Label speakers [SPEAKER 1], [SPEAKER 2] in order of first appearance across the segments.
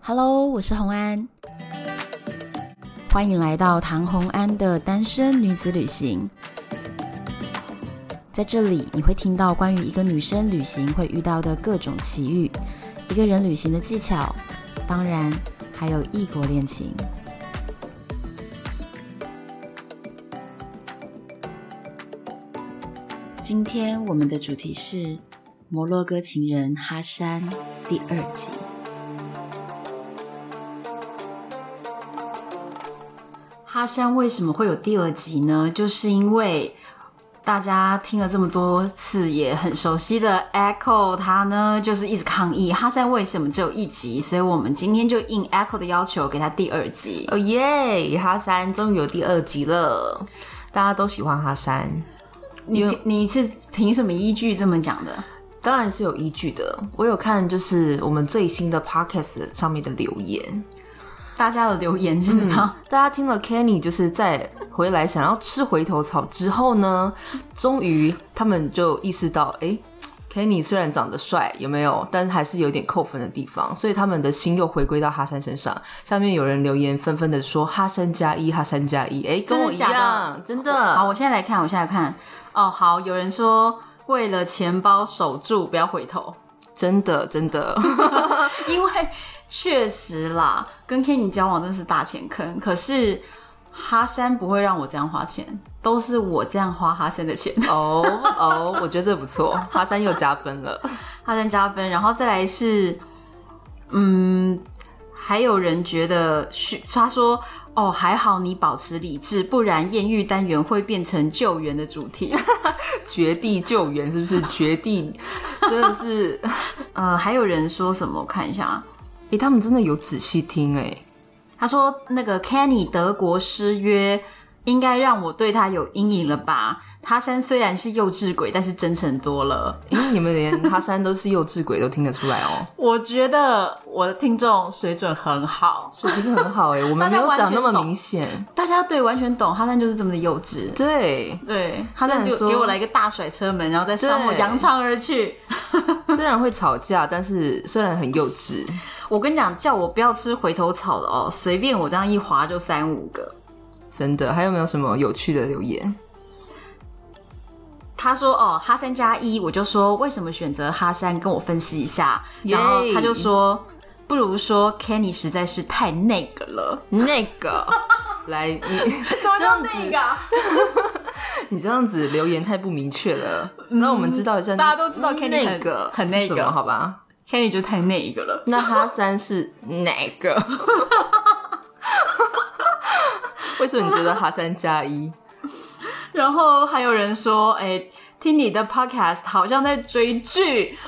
[SPEAKER 1] Hello，我是红安，欢迎来到唐红安的单身女子旅行。在这里，你会听到关于一个女生旅行会遇到的各种奇遇，一个人旅行的技巧，当然还有异国恋情。今天我们的主题是《摩洛哥情人哈山》第二集。哈山为什么会有第二集呢？就是因为大家听了这么多次也很熟悉的 Echo，他呢就是一直抗议哈山为什么只有一集，所以我们今天就应 Echo 的要求给他第二集。
[SPEAKER 2] 哦耶！哈山终于有第二集了，大家都喜欢哈山，
[SPEAKER 1] 你你是凭什么依据这么讲的？
[SPEAKER 2] 当然是有依据的。我有看，就是我们最新的 podcast 上面的留言，
[SPEAKER 1] 大家的留言是吗？
[SPEAKER 2] 大家听了 Kenny 就是在回来想要吃回头草之后呢，终于他们就意识到，哎、k e n n y 虽然长得帅，有没有，但还是有点扣分的地方，所以他们的心又回归到哈山身上。下面有人留言纷纷的说哈山加一，哈山加一，哎、跟我一
[SPEAKER 1] 真的假
[SPEAKER 2] 样，真的。
[SPEAKER 1] 好，我现在来看，我现在来看。哦，好，有人说为了钱包守住，不要回头，
[SPEAKER 2] 真的真的，
[SPEAKER 1] 因为确实啦，跟 Kenny 交往真是大钱坑。可是哈山不会让我这样花钱，都是我这样花哈山的钱，
[SPEAKER 2] 哦哦，我觉得这不错，哈山又加分了。
[SPEAKER 1] 哈山加分。然后再来是，嗯，还有人觉得需，他说。哦，还好你保持理智，不然艳遇单元会变成救援的主题。
[SPEAKER 2] 绝地救援是不是？绝地真的是，
[SPEAKER 1] 呃，还有人说什么？我看一下啊，
[SPEAKER 2] 诶、他们真的有仔细听诶，
[SPEAKER 1] 他说：“那个 Kenny 德国失约，应该让我对他有阴影了吧？他山虽然是幼稚鬼，但是真诚多了。
[SPEAKER 2] 因为你们连哈山都是幼稚鬼都听得出来哦，
[SPEAKER 1] 我觉得我的听众水准很好，
[SPEAKER 2] 水平很好诶，我们没有讲那么明显。
[SPEAKER 1] 大家对完全懂哈山就是这么的幼稚。
[SPEAKER 2] 对，
[SPEAKER 1] 对，哈山就
[SPEAKER 2] 虽然说
[SPEAKER 1] 给我来一个大甩车门，然后再伤我
[SPEAKER 2] 对
[SPEAKER 1] 扬长而去。
[SPEAKER 2] 虽然会吵架，但是虽然很幼稚，
[SPEAKER 1] 我跟你讲，叫我不要吃回头草的哦，随便我这样一划就三五个。”
[SPEAKER 2] 真的。还有没有什么有趣的留言？
[SPEAKER 1] 他说：“哦，哈山加一。”我就说：“为什么选择哈山？跟我分析一下。”
[SPEAKER 2] 耶
[SPEAKER 1] 然后他就说：“不如说 Kenny 实在是太那个了。
[SPEAKER 2] 那 个，来你。”
[SPEAKER 1] 什么
[SPEAKER 2] 叫
[SPEAKER 1] 叫
[SPEAKER 2] 那
[SPEAKER 1] 那个？
[SPEAKER 2] 你这样子留言太不明确了，让我们知道一下。
[SPEAKER 1] 嗯大家都知道 Kenny
[SPEAKER 2] 那个
[SPEAKER 1] 很很
[SPEAKER 2] 是
[SPEAKER 1] 那个
[SPEAKER 2] 什么好吧？
[SPEAKER 1] ？Kenny 就太那个了。
[SPEAKER 2] 那哈三是哪个？ 为什么你觉得哈三加一？
[SPEAKER 1] 然后还有人说：“哎，听你的 podcast 好像在追剧。”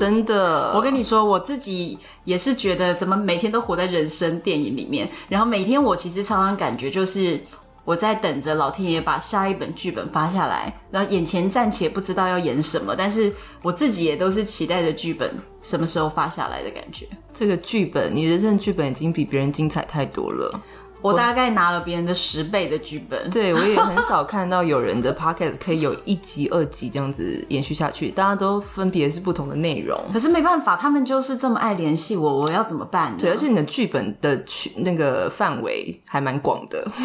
[SPEAKER 2] 真的，
[SPEAKER 1] 我跟你说，我自己也是觉得，怎么每天都活在人生电影里面，然后每天我其实常常感觉就是我在等着老天爷把下一本剧本发下来，然后眼前暂且不知道要演什么，但是我自己也都是期待着剧本什么时候发下来的感觉。
[SPEAKER 2] 这个剧本，你人生剧本已经比别人精彩太多了。
[SPEAKER 1] 我大概拿了别人的十倍的剧本，
[SPEAKER 2] 对我也很少看到有人的 podcast 可以有一集、二集这样子延续下去，大家都分别是不同的内容。
[SPEAKER 1] 可是没办法，他们就是这么爱联系我，我要怎么办呢？
[SPEAKER 2] 对，而且你的剧本的区那个范围还蛮广的。
[SPEAKER 1] 哎、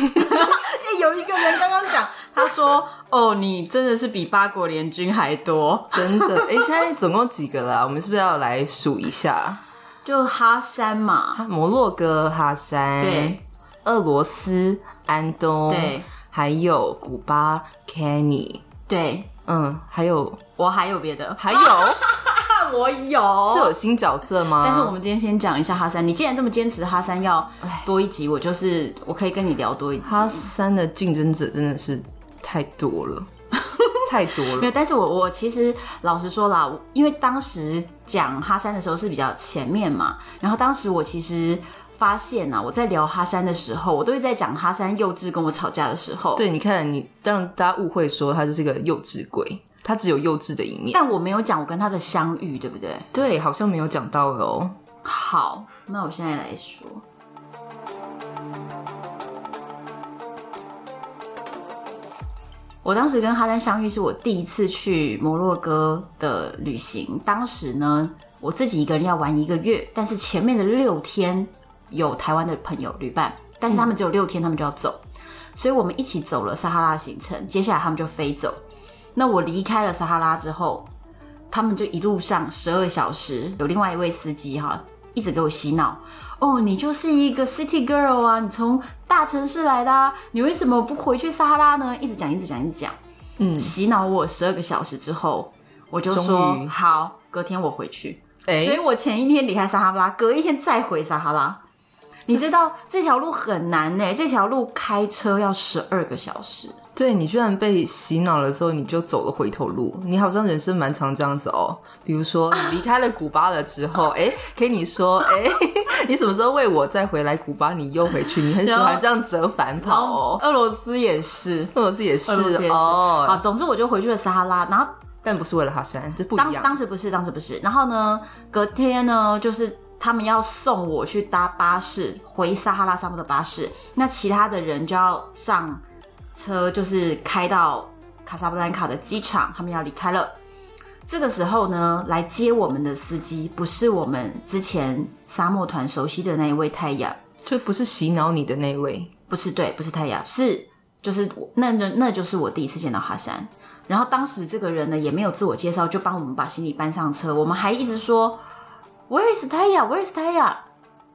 [SPEAKER 1] 有一个人刚刚讲，他说：“哦，你真的是比八国联军还多。”
[SPEAKER 2] 真的，哎、现在总共几个啦？我们是不是要来数一下？
[SPEAKER 1] 就哈山嘛，
[SPEAKER 2] 啊摩洛哥、哈山，
[SPEAKER 1] 对，
[SPEAKER 2] 俄罗斯、安东，
[SPEAKER 1] 对，
[SPEAKER 2] 还有古巴、Kenny，
[SPEAKER 1] 对
[SPEAKER 2] 嗯，还有
[SPEAKER 1] 我还有别的，
[SPEAKER 2] 还有
[SPEAKER 1] 但我
[SPEAKER 2] 是
[SPEAKER 1] 有。
[SPEAKER 2] 有新角色吗？
[SPEAKER 1] 啊哦但是我们今天先讲一下哈山。你既然这么坚持哈山要多一集，我就是我可以跟你聊多一集。
[SPEAKER 2] 哈山的竞争者真的是太多 了，太多
[SPEAKER 1] 没
[SPEAKER 2] 了。
[SPEAKER 1] 有，但是我我其实老实说啦，我因为当时讲哈山的时候是比较前面嘛，然后当时我其实发现啊，我在聊哈山的时候，我都会在讲哈山幼稚跟我吵架的时候，
[SPEAKER 2] 对，你看，你让大家误会说他就是一个幼稚鬼，他只有幼稚的一面。
[SPEAKER 1] 但我没有讲我跟他的相遇，对不对？
[SPEAKER 2] 对，好像没有讲到哦。
[SPEAKER 1] 好，那我现在来说。我当时跟哈丹相遇是我第一次去摩洛哥的旅行，当时呢，我自己一个人要玩一个月，但是前面的六天有台湾的朋友旅伴，但是他们只有六天，他们就要走，所以我们一起走了撒哈拉行程，接下来他们就飞走。那我离开了撒哈拉之后，他们就一路上十二小时，有另外一位司机哈，一直给我洗脑。哦，你就是一个 city girl 啊，你从大城市来的、啊，你为什么不回去撒哈拉呢？一直讲，一直讲，一直讲，嗯，洗脑我十二个小时之后，我就
[SPEAKER 2] 终
[SPEAKER 1] 说
[SPEAKER 2] 于
[SPEAKER 1] 好，隔天我回去。
[SPEAKER 2] 哎
[SPEAKER 1] 所以我前一天离开撒哈拉，隔一天再回撒哈拉。你知道这条路很难呢、这条路开车要十二个小时。
[SPEAKER 2] 对你居然被洗脑了之后，你就走了回头路。你好像人生蛮常这样子哦。比 如说，你离开了古巴了之后，哎、可以你说，哎、 你什么时候为我再回来古巴？你又回去，你很喜
[SPEAKER 1] 然
[SPEAKER 2] 欢
[SPEAKER 1] 后
[SPEAKER 2] 这样折返跑哦。
[SPEAKER 1] 俄罗斯也是，
[SPEAKER 2] 俄罗斯也是
[SPEAKER 1] 俄罗斯也是。好，
[SPEAKER 2] 哦，
[SPEAKER 1] 总之我就回去了撒哈拉，然后
[SPEAKER 2] 但不是为了哈山，这不一
[SPEAKER 1] 当
[SPEAKER 2] 样。
[SPEAKER 1] 当时不是，当时不是。然后呢，隔天呢，就是他们要送我去搭巴士回撒哈拉沙漠的巴士，那其他的人就要上车，就是开到卡萨布兰卡的机场，他们要离开了。这个时候呢，来接我们的司机不是我们之前沙漠团熟悉的那一位太阳，
[SPEAKER 2] 就不是洗脑你的那位，
[SPEAKER 1] 不是对，不是泰雅，是就是我那那那就是我第一次见到哈山。然后当时这个人呢也没有自我介绍，就帮我们把行李搬上车。我们还一直说 Where is Taya? Where is Taya?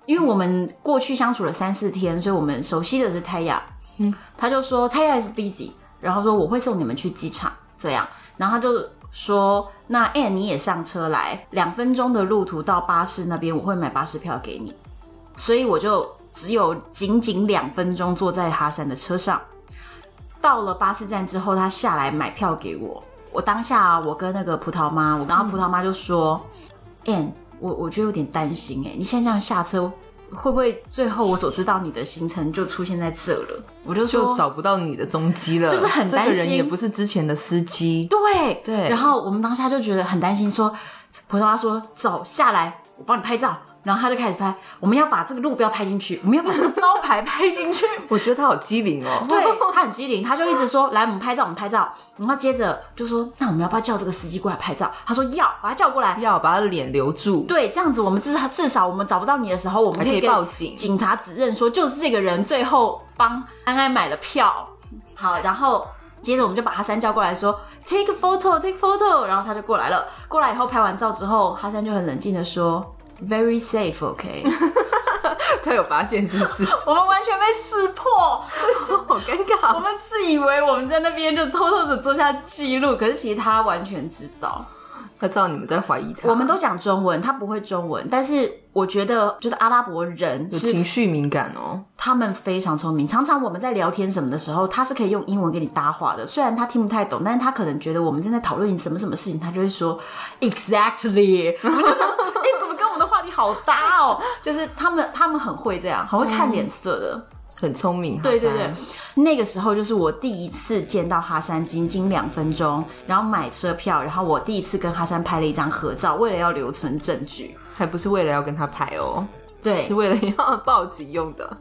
[SPEAKER 1] 因为我们过去相处了三四天，所以我们熟悉的是 Taya。嗯，他就说 Taya is busy，然后说我会送你们去机场这样。然后他就说那 Anne 你也上车来，两分钟的路途到巴士那边，我会买巴士票给你。所以我就只有仅仅两分钟坐在哈山的车上。到了巴士站之后，他下来买票给我。我当下、我跟那个葡萄妈，我然后葡萄妈就说：“嗯、n 我我觉得有点担心哎、你现在这样下车，会不会最后我所知道你的行程就出现在这了？”我就说：“
[SPEAKER 2] 就找不到你的踪迹了。
[SPEAKER 1] 就是很
[SPEAKER 2] 这个
[SPEAKER 1] 担
[SPEAKER 2] 人
[SPEAKER 1] 心
[SPEAKER 2] 也不是之前的司机，
[SPEAKER 1] 对
[SPEAKER 2] 对
[SPEAKER 1] 然后我们当下就觉得很担心说葡萄妈说走下来，我帮你拍照。然后他就开始拍，我们要把这个路标拍进去，我们要把这个招牌拍进去。
[SPEAKER 2] 我觉得他好机灵哦。
[SPEAKER 1] 对他很机灵，他就一直 说来我们拍照，我们拍照。然后接着就说那我们要不要叫这个司机过来拍照？他说要，把他叫过来。
[SPEAKER 2] 要把他的脸留住，
[SPEAKER 1] 对，这样子我们至少至少我们找不到你的时候，我们
[SPEAKER 2] 还可以
[SPEAKER 1] 跟
[SPEAKER 2] 报警
[SPEAKER 1] 警察指认说就是这个人最后帮安安买了票。好，然后接着我们就把哈三叫过来说 take a photo take a photo，然后他就过来了。过来以后拍完照之后，哈三就很冷静的说 very safe OK，
[SPEAKER 2] 他有发现是不是？
[SPEAKER 1] 我们完全被识破。
[SPEAKER 2] 好尴
[SPEAKER 1] 我
[SPEAKER 2] 尬。哦
[SPEAKER 1] 们自以为我们在那边就偷偷的做下记录，可是其实他完全知道。
[SPEAKER 2] 他知道你们在怀疑他，
[SPEAKER 1] 我们都讲中文，他不会中文，但是我觉得就是阿拉伯人
[SPEAKER 2] 有
[SPEAKER 1] 是
[SPEAKER 2] 情绪敏感哦。
[SPEAKER 1] 他们非常聪明，常常我们在聊天什么的时候，他是可以用英文跟你搭话的。虽然他听不太懂，但是他可能觉得我们正在讨论什么什么事情，他就会说 exactly。我就想，哎、怎么跟我们的话题好搭哦？就是他们他们很会这样，很会看脸色的。
[SPEAKER 2] 很聪明，
[SPEAKER 1] 对对
[SPEAKER 2] 哈
[SPEAKER 1] 对
[SPEAKER 2] 桑，，
[SPEAKER 1] 那个时候就是我第一次见到哈山，仅仅两分钟，然后买车票，然后我第一次跟哈山拍了一张合照，为了要留存证据。
[SPEAKER 2] 还不是为了要跟他拍哦，
[SPEAKER 1] 对
[SPEAKER 2] 是，为了要 报警用的。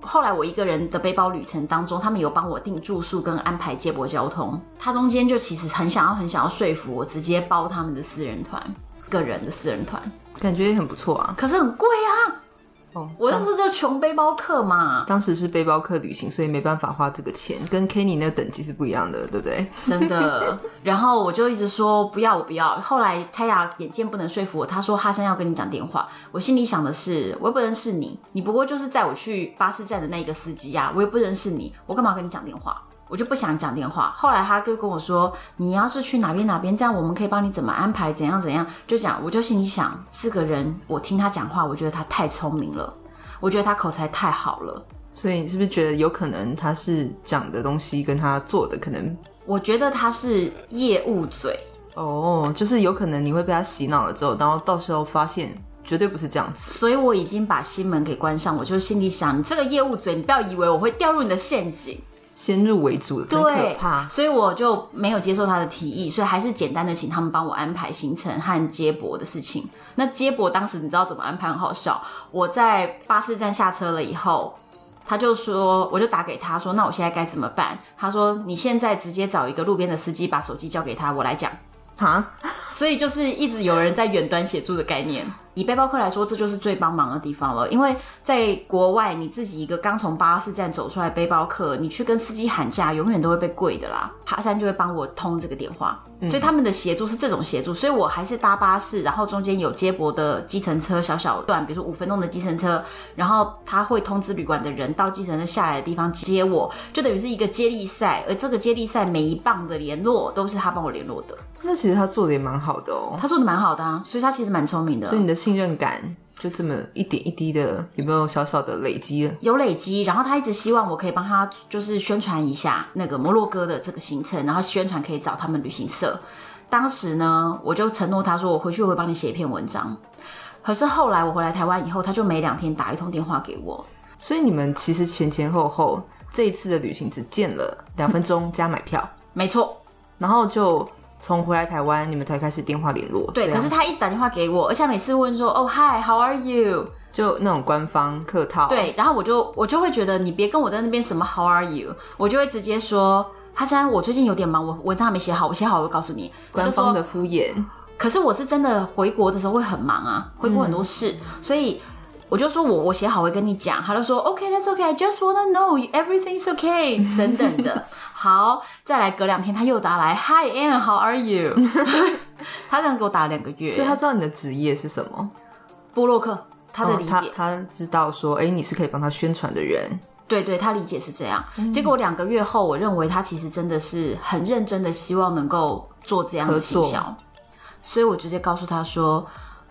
[SPEAKER 1] 后来我一个人的背包旅程当中，他们有帮我订住宿跟安排接驳交通。他中间就其实很想要很想要说服我，直接包他们的私人团，个人的私人团，
[SPEAKER 2] 感觉也很不错啊。
[SPEAKER 1] 可是很贵啊！
[SPEAKER 2] 哦，
[SPEAKER 1] 我那
[SPEAKER 2] 当
[SPEAKER 1] 时候就穷背包客嘛，
[SPEAKER 2] 当时是背包客旅行，所以没办法花这个钱，跟 Kenny 那个等级是不一样的，对不对？
[SPEAKER 1] 真的。然后我就一直说不要，我不要。后来泰雅眼见不能说服我，他说哈山要跟你讲电话。我心里想的是，我又不认识你，你不过就是载我去巴士站的那个司机呀、我又不认识你，我干嘛跟你讲电话？我就不想讲电话。后来他就跟我说，你要是去哪边哪边，这样我们可以帮你怎么安排，怎样怎样。就讲，我就心里想，这个人，我听他讲话，我觉得他太聪明了，我觉得他口才太好了。
[SPEAKER 2] 所以你是不是觉得有可能他是讲的东西跟他做的可能
[SPEAKER 1] 我觉得他是业务嘴，
[SPEAKER 2] 哦，就是有可能你会被他洗脑了之后，然后到时候发现绝对不是这样子。
[SPEAKER 1] 所以我已经把心门给关上，我就心里想，你这个业务嘴，你不要以为我会掉入你的陷阱，
[SPEAKER 2] 先入为主，真可怕。
[SPEAKER 1] 所以我就没有接受他的提议，所以还是简单的请他们帮我安排行程和接驳的事情。那接驳当时你知道怎么安排，很好笑。我在巴士站下车了以后。他就说，我就打给他说，那我现在该怎么办？他说，你现在直接找一个路边的司机，把手机交给他，我来讲。
[SPEAKER 2] 哈，
[SPEAKER 1] 所以就是一直有人在远端协助的概念，以背包客来说，这就是最帮忙的地方了。因为在国外，你自己一个刚从巴士站走出来背包客，你去跟司机喊价，永远都会被跪的啦。哈山就会帮我通这个电话，所以他们的协助是这种协助。所以我还是搭巴士，然后中间有接驳的计程车小小段，比如说五分钟的计程车，然后他会通知旅馆的人到计程车下来的地方接我，就等于是一个接力赛。而这个接力赛每一棒的联络都是他帮我联络的，
[SPEAKER 2] 那其实他做的也蛮好的哦，
[SPEAKER 1] 他做的蛮好的啊，所以他其实蛮聪明的
[SPEAKER 2] 所以。你的信任感就这么一点一滴的，有没有小小的累积了？
[SPEAKER 1] 有累积，然后他一直希望我可以帮他，就是宣传一下那个摩洛哥的这个行程，然后宣传可以找他们旅行社。当时呢，我就承诺他说，我回去我会帮你写一篇文章。可是后来我回来台湾以后，他就每两天打一通电话给我，
[SPEAKER 2] 所以你们其实前前后后这一次的旅行只见了两分钟加买票，
[SPEAKER 1] 没错，
[SPEAKER 2] 然后就从回来台湾你们才开始电话联络，
[SPEAKER 1] 对。
[SPEAKER 2] 这
[SPEAKER 1] 可
[SPEAKER 2] 样
[SPEAKER 1] 是他一直打电话给我，而且他每次问说，哦，Hi，How are you？
[SPEAKER 2] 就那种官方客套，，
[SPEAKER 1] 对，然后我就我就会觉得你别跟我在那边什么 How are you，我就会直接说，哈山，我最近有点忙，我文章还没写好，我写好我会告诉你。我
[SPEAKER 2] 官
[SPEAKER 1] 就说
[SPEAKER 2] 方的敷衍，
[SPEAKER 1] 可是我是真的回国的时候会很忙啊，回国很多事，
[SPEAKER 2] 嗯
[SPEAKER 1] 所以我就说我我写好会跟你讲，他就说 OK that's OK I just wanna know everything's OK 等等的。好，再来隔两天他又打来 Hi Anne how are you？他这样给我打了两个
[SPEAKER 2] 所以他
[SPEAKER 1] 月，
[SPEAKER 2] 知道你的职业是什么，
[SPEAKER 1] 布洛克他的
[SPEAKER 2] 哦
[SPEAKER 1] 理解，
[SPEAKER 2] 他他知道说，哎、你是可以帮他宣传的人，
[SPEAKER 1] 对对，他理解是这样。结果两个月后，我认为他其实真的是很认真的，希望能够做这样的行
[SPEAKER 2] 合
[SPEAKER 1] 销，所以我直接告诉他说：“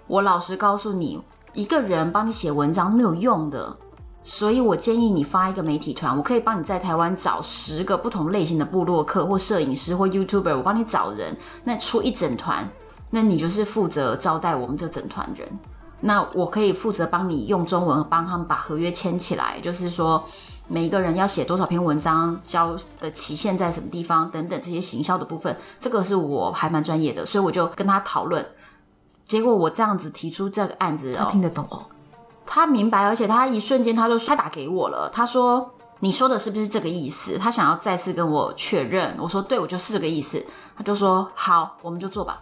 [SPEAKER 1] 我老实告诉你，一个人帮你写文章没有用的。”所以，我建议你发一个媒体团，我可以帮你在台湾找十个不同类型的部落客或摄影师或 YouTuber，我帮你找人，那出一整团，那你就是负责招待我们这整团人。那我可以负责帮你用中文帮他们把合约签起来，就是说每一个人要写多少篇文章，交的期限在什么地方等等这些行销的部分，这个是我还蛮专业的，所以我就跟他讨论。结果我这样子提出这个案子
[SPEAKER 2] 他
[SPEAKER 1] 哦，
[SPEAKER 2] 听得懂哦，
[SPEAKER 1] 他明白，而且他一瞬间他就他打给我了，他说你说的是不是这个意思？他想要再次跟我确认，我说对，我就是这个意思。他就说好，我们就做吧。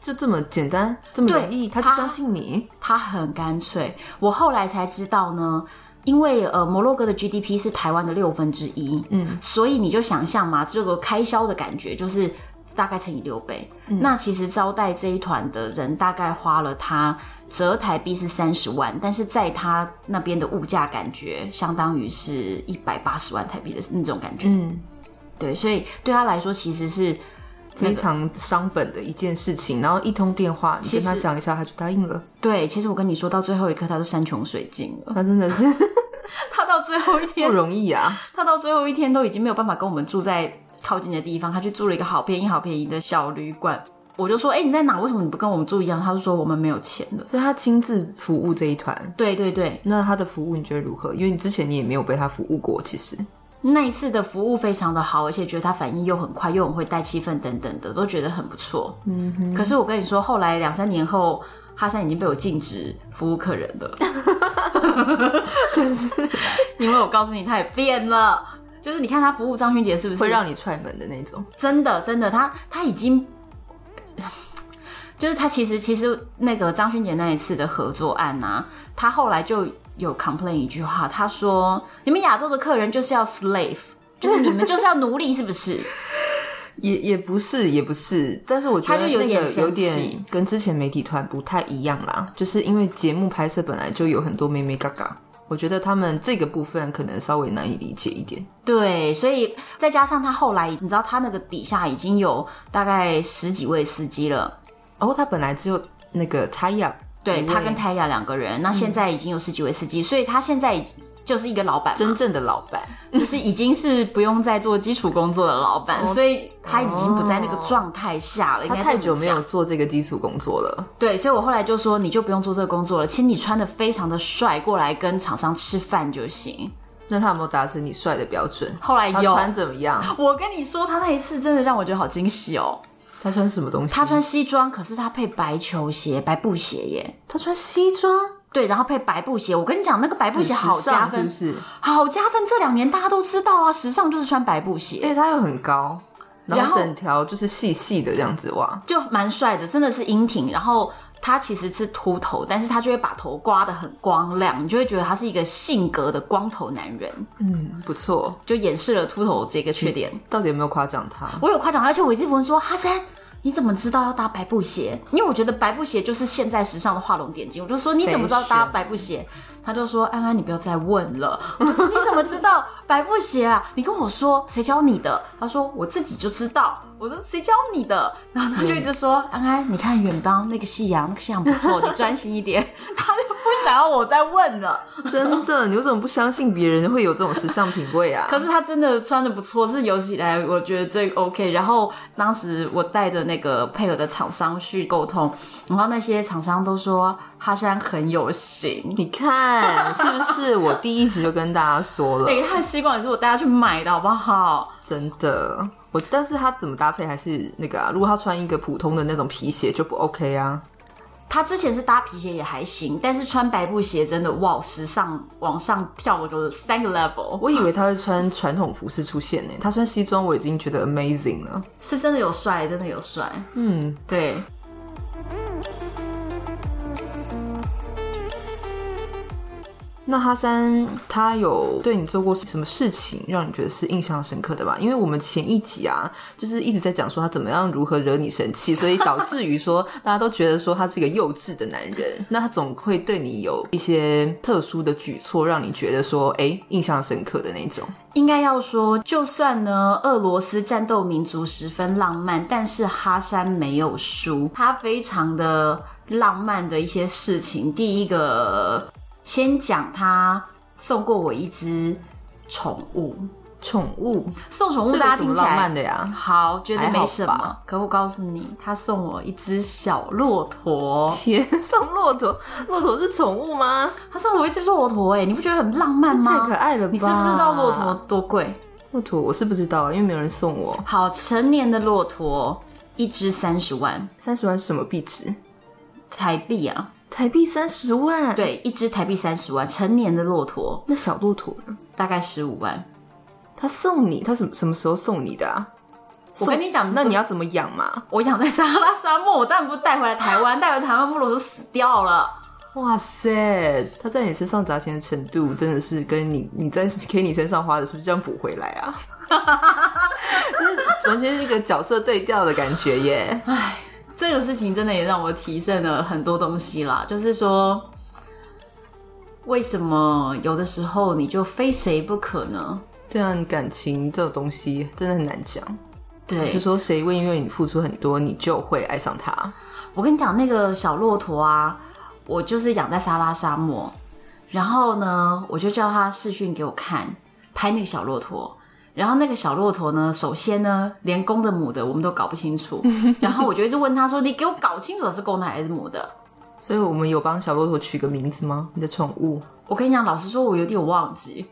[SPEAKER 2] 就这么简单，这么
[SPEAKER 1] 对
[SPEAKER 2] 容易，他就
[SPEAKER 1] 他
[SPEAKER 2] 相信你，
[SPEAKER 1] 他很干脆。我后来才知道呢，因为呃，摩洛哥的 GDP 是台湾的六分之一，嗯，所以你就想象嘛，这个开销的感觉就是大概乘以六倍。那其实招待这一团的人大概花了他折台币是三十万，但是在他那边的物价感觉相当于是一百八十万台币的那种感觉。
[SPEAKER 2] 嗯，
[SPEAKER 1] 对，所以对他来说其实是
[SPEAKER 2] 非常伤本的一件事情，然后一通电话，你
[SPEAKER 1] 其
[SPEAKER 2] 跟
[SPEAKER 1] 实
[SPEAKER 2] 他讲一下，他就答应了，
[SPEAKER 1] 对。其实我跟你说到最后一刻，他都山穷水尽了，
[SPEAKER 2] 他真的是
[SPEAKER 1] 他到最后一天
[SPEAKER 2] 不容易 啊，
[SPEAKER 1] 他到最后一天都已经没有办法跟我们住在靠近的地方，他去住了一个好便宜、好便宜的小旅馆。我就说：“哎、你在哪？为什么你不跟我们住一样？”他就说：“我们没有钱了。
[SPEAKER 2] 所以他亲自服务这一团”。
[SPEAKER 1] 对对对，
[SPEAKER 2] 那他的服务你觉得如何？因为你之前你也没有被他服务过，其实
[SPEAKER 1] 那一次的服务非常的好，而且觉得他反应又很快，又很会带气氛等等的，都觉得很不错。嗯哼。可是我跟你说，后来两三年后，哈山已经被我禁止服务客人了。
[SPEAKER 2] 就是
[SPEAKER 1] 因为我告诉你，他也变了。就是你看他服务张勋杰是不是
[SPEAKER 2] 会让你踹门的那种。
[SPEAKER 1] 真的真的，他他已经， 就是他其实其实那个张勋杰那一次的合作案啊，他后来就有 complain 一句话，他说：“你们亚洲的客人就是要 slave，就是你们就是要奴隶，是不是？”
[SPEAKER 2] 也也不是，也不是，但是我觉
[SPEAKER 1] 他
[SPEAKER 2] 得
[SPEAKER 1] 就有
[SPEAKER 2] 那
[SPEAKER 1] 点
[SPEAKER 2] 个
[SPEAKER 1] 生
[SPEAKER 2] 有点
[SPEAKER 1] 气
[SPEAKER 2] 跟之前媒体团不太一样啦，就是因为节目拍摄本来就有很多妹妹嘎嘎，我觉得他们这个部分可能稍微难以理解一点。
[SPEAKER 1] 对，所以再加上他后来，你知道他那个底下已经有大概十几位司机了，
[SPEAKER 2] 然后他本来只有那个 tie up，
[SPEAKER 1] 对
[SPEAKER 2] 一位
[SPEAKER 1] 他跟泰雅两个人，那现在已经有十几位司机，所以他现在已经就是一个老板嘛，
[SPEAKER 2] 真正的老板，
[SPEAKER 1] 就是已经是不用再做基础工作的老板，所以他已经不在那个
[SPEAKER 2] 哦
[SPEAKER 1] 状态下了。应
[SPEAKER 2] 他
[SPEAKER 1] 该这么
[SPEAKER 2] 太久没有
[SPEAKER 1] 讲
[SPEAKER 2] 做这个基础工作了，
[SPEAKER 1] 对，所以我后来就说，你就不用做这个工作了，请你穿的非常的帅过来跟厂商吃饭就行。
[SPEAKER 2] 那他有没有达成你帅的标准？
[SPEAKER 1] 后来
[SPEAKER 2] 他
[SPEAKER 1] 有，
[SPEAKER 2] 穿怎么样？
[SPEAKER 1] 我跟你说，他那一次真的让我觉得好惊喜哦。
[SPEAKER 2] 他穿什么东西？
[SPEAKER 1] 他穿西装，可是他配白球鞋、白布鞋耶。
[SPEAKER 2] 他穿西装，
[SPEAKER 1] 对，然后配白布鞋，我跟你讲，那个白布
[SPEAKER 2] 很
[SPEAKER 1] 鞋
[SPEAKER 2] 时
[SPEAKER 1] 好加
[SPEAKER 2] 尚
[SPEAKER 1] 分，
[SPEAKER 2] 是不是？
[SPEAKER 1] 好加分。这两年大家都知道啊，时尚就是穿白布鞋。
[SPEAKER 2] 哎、他又很高，然
[SPEAKER 1] 然
[SPEAKER 2] 后
[SPEAKER 1] 后
[SPEAKER 2] 整条就是细细的这样子哇，
[SPEAKER 1] 就蛮帅的，真的是英挺，然后他其实是秃头，但是他就会把头刮得很光亮，你就会觉得他是一个性格的光头男人，
[SPEAKER 2] 嗯，不错。
[SPEAKER 1] 就掩饰了秃头这个缺点。
[SPEAKER 2] 到底有没有夸奖他？
[SPEAKER 1] 我有夸奖他，而且我一直问说哈森。你怎么知道要搭白布鞋？因为我觉得白布鞋就是现在时尚的画龙点睛。我就说你怎么知道搭白布鞋？他就说安安，你不要再问了。我说你怎么知道白布鞋啊？你跟我说谁教你的？他说我自己就知道。我说谁教你的？然后他就一直说、安安，你看远方那个夕阳，那个夕阳不错，你专心一点。 他就不想要我再问了。
[SPEAKER 2] 真的，你为什么不相信别人会有这种时尚品味啊？
[SPEAKER 1] 可是他真的穿的不错，是有起来，我觉得这 OK。然后当时我带着那个配合的厂商去沟通，然后那些厂商都说哈山很有型。
[SPEAKER 2] 你看是不是？我第一集就跟大家说了
[SPEAKER 1] 哎、，他的吸管也是我带他去买的，好不好？
[SPEAKER 2] 真的。我但是他怎么搭配还是那个啊？如果他穿一个普通的那种皮鞋就不 OK 啊。
[SPEAKER 1] 他之前是搭皮鞋也还行，但是穿白布鞋真的哇，时尚往上跳了个三个 level，
[SPEAKER 2] 我以为他会穿传统服饰出现呢、他穿西装我已经觉得 amazing 了。
[SPEAKER 1] 是真的有帅，真的有帅。
[SPEAKER 2] 嗯，
[SPEAKER 1] 对，
[SPEAKER 2] 那哈三他有对你做过什么事情让你觉得是印象深刻的吧？因为我们前一集啊，就是一直在讲说他怎么样如何惹你生气，所以导致于说大家都觉得说他是一个幼稚的男人。 那他总会对你有一些特殊的举措，让你觉得说哎、诶印象深刻的那种。
[SPEAKER 1] 应该要说，就算呢，俄罗斯战斗民族十分浪漫，但是哈山没有输，他非常的浪漫的一些事情。第一个，先讲他送过我一只宠物，
[SPEAKER 2] 宠物，
[SPEAKER 1] 送宠物
[SPEAKER 2] 这
[SPEAKER 1] 大
[SPEAKER 2] 有
[SPEAKER 1] 家
[SPEAKER 2] 什
[SPEAKER 1] 听
[SPEAKER 2] 么
[SPEAKER 1] 起来
[SPEAKER 2] 浪漫的呀？
[SPEAKER 1] 好，觉得
[SPEAKER 2] 还好
[SPEAKER 1] 没什么
[SPEAKER 2] 吧。
[SPEAKER 1] 可我告诉你，他送我一只小骆驼，
[SPEAKER 2] 天送骆驼，骆驼是宠物吗？
[SPEAKER 1] 他送我一只骆驼、哎，你不觉得很浪漫
[SPEAKER 2] 太
[SPEAKER 1] 吗？
[SPEAKER 2] 可爱了吧！
[SPEAKER 1] 你知不知道骆驼？多贵？
[SPEAKER 2] 骆驼我是不知道啊，因为没有人送我。
[SPEAKER 1] 好，成年的骆驼一只三十万
[SPEAKER 2] 三十万是什么币值？
[SPEAKER 1] 台币啊。
[SPEAKER 2] 台币三十万。，
[SPEAKER 1] 对，一只台币三十万，成年的骆驼
[SPEAKER 2] 那小骆驼呢？
[SPEAKER 1] 大概十五万。
[SPEAKER 2] 他送你，他什么什么时候送你的啊？
[SPEAKER 1] 我跟你讲，
[SPEAKER 2] 那你
[SPEAKER 1] 要
[SPEAKER 2] 要怎么养嘛？
[SPEAKER 1] 我养在撒哈拉沙漠，我当然不是带回来台湾，带回台湾不骆驼死掉了。
[SPEAKER 2] 哇塞，他在你身上砸钱的程度，真的是跟你你在 K 你身上花的，是不是这样补回来 啊？就是完全是一个角色对调的感觉耶。
[SPEAKER 1] 这个事情真的也让我提升了很多东西啦，就是说，为什么有的时候你就非谁不可呢？
[SPEAKER 2] 对啊，你感情这种东西真的很难讲。
[SPEAKER 1] 对
[SPEAKER 2] 是，说谁会因为你付出很多，你就会爱上他？
[SPEAKER 1] 我跟你讲，那个小骆驼啊，我就是养在撒拉沙漠，然后呢，我就叫他视讯给我看，拍那个小骆驼。然后那个小骆驼呢，首先呢，连公的母的我们都搞不清楚。然后我就一直问他说：“你给我搞清楚是公的还是母的
[SPEAKER 2] 所以我们有帮小骆驼取个名字吗？你的宠物，？”
[SPEAKER 1] 我跟你讲，老实说，我有点忘记，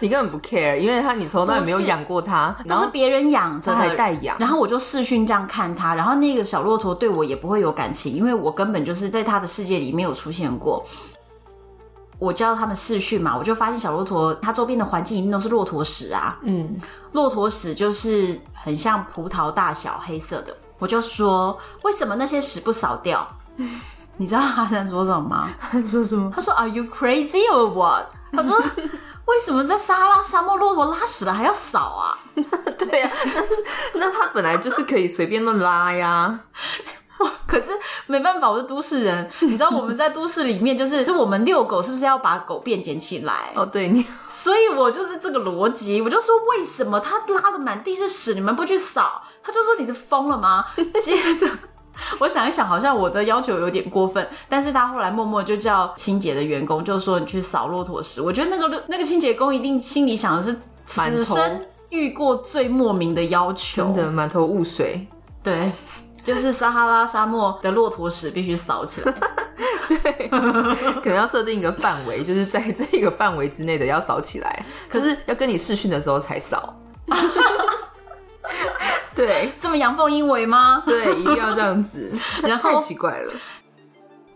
[SPEAKER 2] 你根本不 care，因为他你从来没有养过它，然
[SPEAKER 1] 都是
[SPEAKER 2] 后
[SPEAKER 1] 别人养着
[SPEAKER 2] 他还
[SPEAKER 1] 的。
[SPEAKER 2] 代养，
[SPEAKER 1] 呃然后我就视讯这样看他，然后那个小骆驼对我也不会有感情，因为我根本就是在他的世界里没有出现过。我教他们视讯嘛，我就发现小骆驼它周边的环境一定都是骆驼屎啊，
[SPEAKER 2] 嗯，
[SPEAKER 1] 骆驼屎就是很像葡萄大小黑色的。我就说为什么那些屎不扫掉？ 你知道他在说什么吗？
[SPEAKER 2] 说什 么？
[SPEAKER 1] 他说 Are you crazy or what？他说 为什么在撒哈拉沙漠骆驼拉屎了还要扫啊？
[SPEAKER 2] 对呀、但是那他本来就是可以随便乱拉呀，
[SPEAKER 1] 可是没办法，我是都市 人，你知道我们在都市里面，就是就我们遛狗是不是要把狗便捡起来？
[SPEAKER 2] 哦，对你，
[SPEAKER 1] 所以我就是这个逻辑，我就说为什么他拉的满地是屎，你们不去扫？他就说你是疯了 吗？接着。我想一想，好像我的要求有点过分，但是他后来默默就叫清洁的员工，就说你去扫骆驼屎。我觉得那个那个清洁工一定心里想的是，
[SPEAKER 2] 满头
[SPEAKER 1] 此生遇过最莫名的要求，
[SPEAKER 2] 真的满头雾水。
[SPEAKER 1] 对，就是撒哈拉沙漠的骆驼屎必须扫起来。
[SPEAKER 2] 可能要设定一个范围，就是在这个范围之内的要扫起来，可是要跟你试训的时候才扫。 对
[SPEAKER 1] 这么阳奉阴违吗？
[SPEAKER 2] 对，一定要这样子，
[SPEAKER 1] 然后
[SPEAKER 2] 太奇怪了。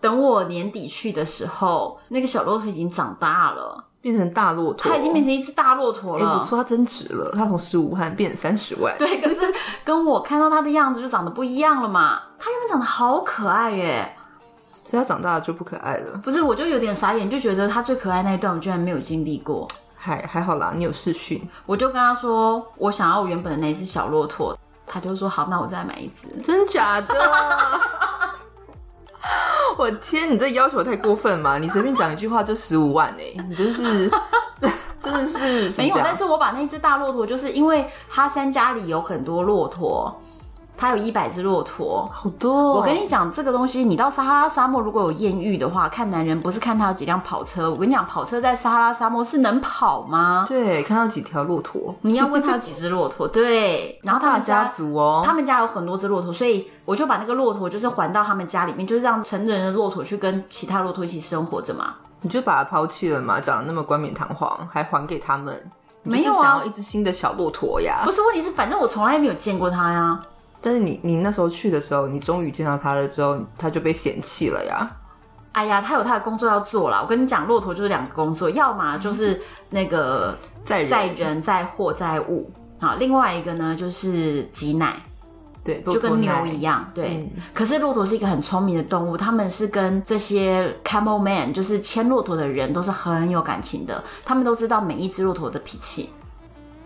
[SPEAKER 1] 等我年底去的时候，那个小骆驼已经长大了，
[SPEAKER 2] 变成大骆驼，
[SPEAKER 1] 他已经变成一只大骆驼
[SPEAKER 2] 哎、
[SPEAKER 1] 了。
[SPEAKER 2] 不错，他增值了，他从十五万变成三十万。
[SPEAKER 1] 对，可是跟我看到他的样子就长得不一样了嘛。他原本长得好可爱耶，
[SPEAKER 2] 所以他长大了就不可爱了。
[SPEAKER 1] 不是，我就有点傻眼，就觉得他最可爱那一段我居然没有经历过。
[SPEAKER 2] 还还好啦，你有视讯，
[SPEAKER 1] 我就跟他说，我想要我原本的那一只小骆驼，他就说好，那我再买一只。
[SPEAKER 2] 真假 的？我天，你这要求太过分嘛！你随便讲一句话就十五万哎、你真是， 真的啊是
[SPEAKER 1] 没有，
[SPEAKER 2] 怎么
[SPEAKER 1] 但
[SPEAKER 2] 讲
[SPEAKER 1] 是我把那只大骆驼，就是因为哈山家里有很多骆驼，他有一百只骆驼。
[SPEAKER 2] 好多哦、
[SPEAKER 1] 我跟你讲，这个东西，你到撒哈拉沙漠如果有艳遇的话，看男人不是看他有几辆跑车。我跟你讲，跑车在撒哈拉沙漠是能跑 吗？
[SPEAKER 2] 对，看到几条骆驼，
[SPEAKER 1] 你要问他有几只骆驼，对，然后他
[SPEAKER 2] 大
[SPEAKER 1] 们
[SPEAKER 2] 家
[SPEAKER 1] 家。
[SPEAKER 2] 族哦，
[SPEAKER 1] 他们家有很多只骆驼，所以我就把那个骆驼就是还到他们家里面，就是让成人的骆驼去跟其他骆驼一起生活着嘛。
[SPEAKER 2] 你就把它抛弃了嘛，讲得那么冠冕堂皇，还还给他们。你就是
[SPEAKER 1] 没有啊
[SPEAKER 2] 想要一只新的小骆驼呀
[SPEAKER 1] 不！是问题是，反正我从来没有见过他呀。
[SPEAKER 2] 但是你你那时候去的时候，你终于见到它了之后，它就被嫌弃了呀。
[SPEAKER 1] 哎呀，他有他的工作要做啦。我跟你讲，骆驼就是两个工作，要么就是那个
[SPEAKER 2] 在人
[SPEAKER 1] 载人、载货、载物啊，另外一个呢就是挤奶，
[SPEAKER 2] 对，
[SPEAKER 1] 就跟牛
[SPEAKER 2] 样。
[SPEAKER 1] 一样。对，
[SPEAKER 2] 嗯
[SPEAKER 1] 可是骆驼是一个很聪明的动物，他们是跟这些 camel man，就是牵骆驼的人，都是很有感情的，他们都知道每一只骆驼的脾气。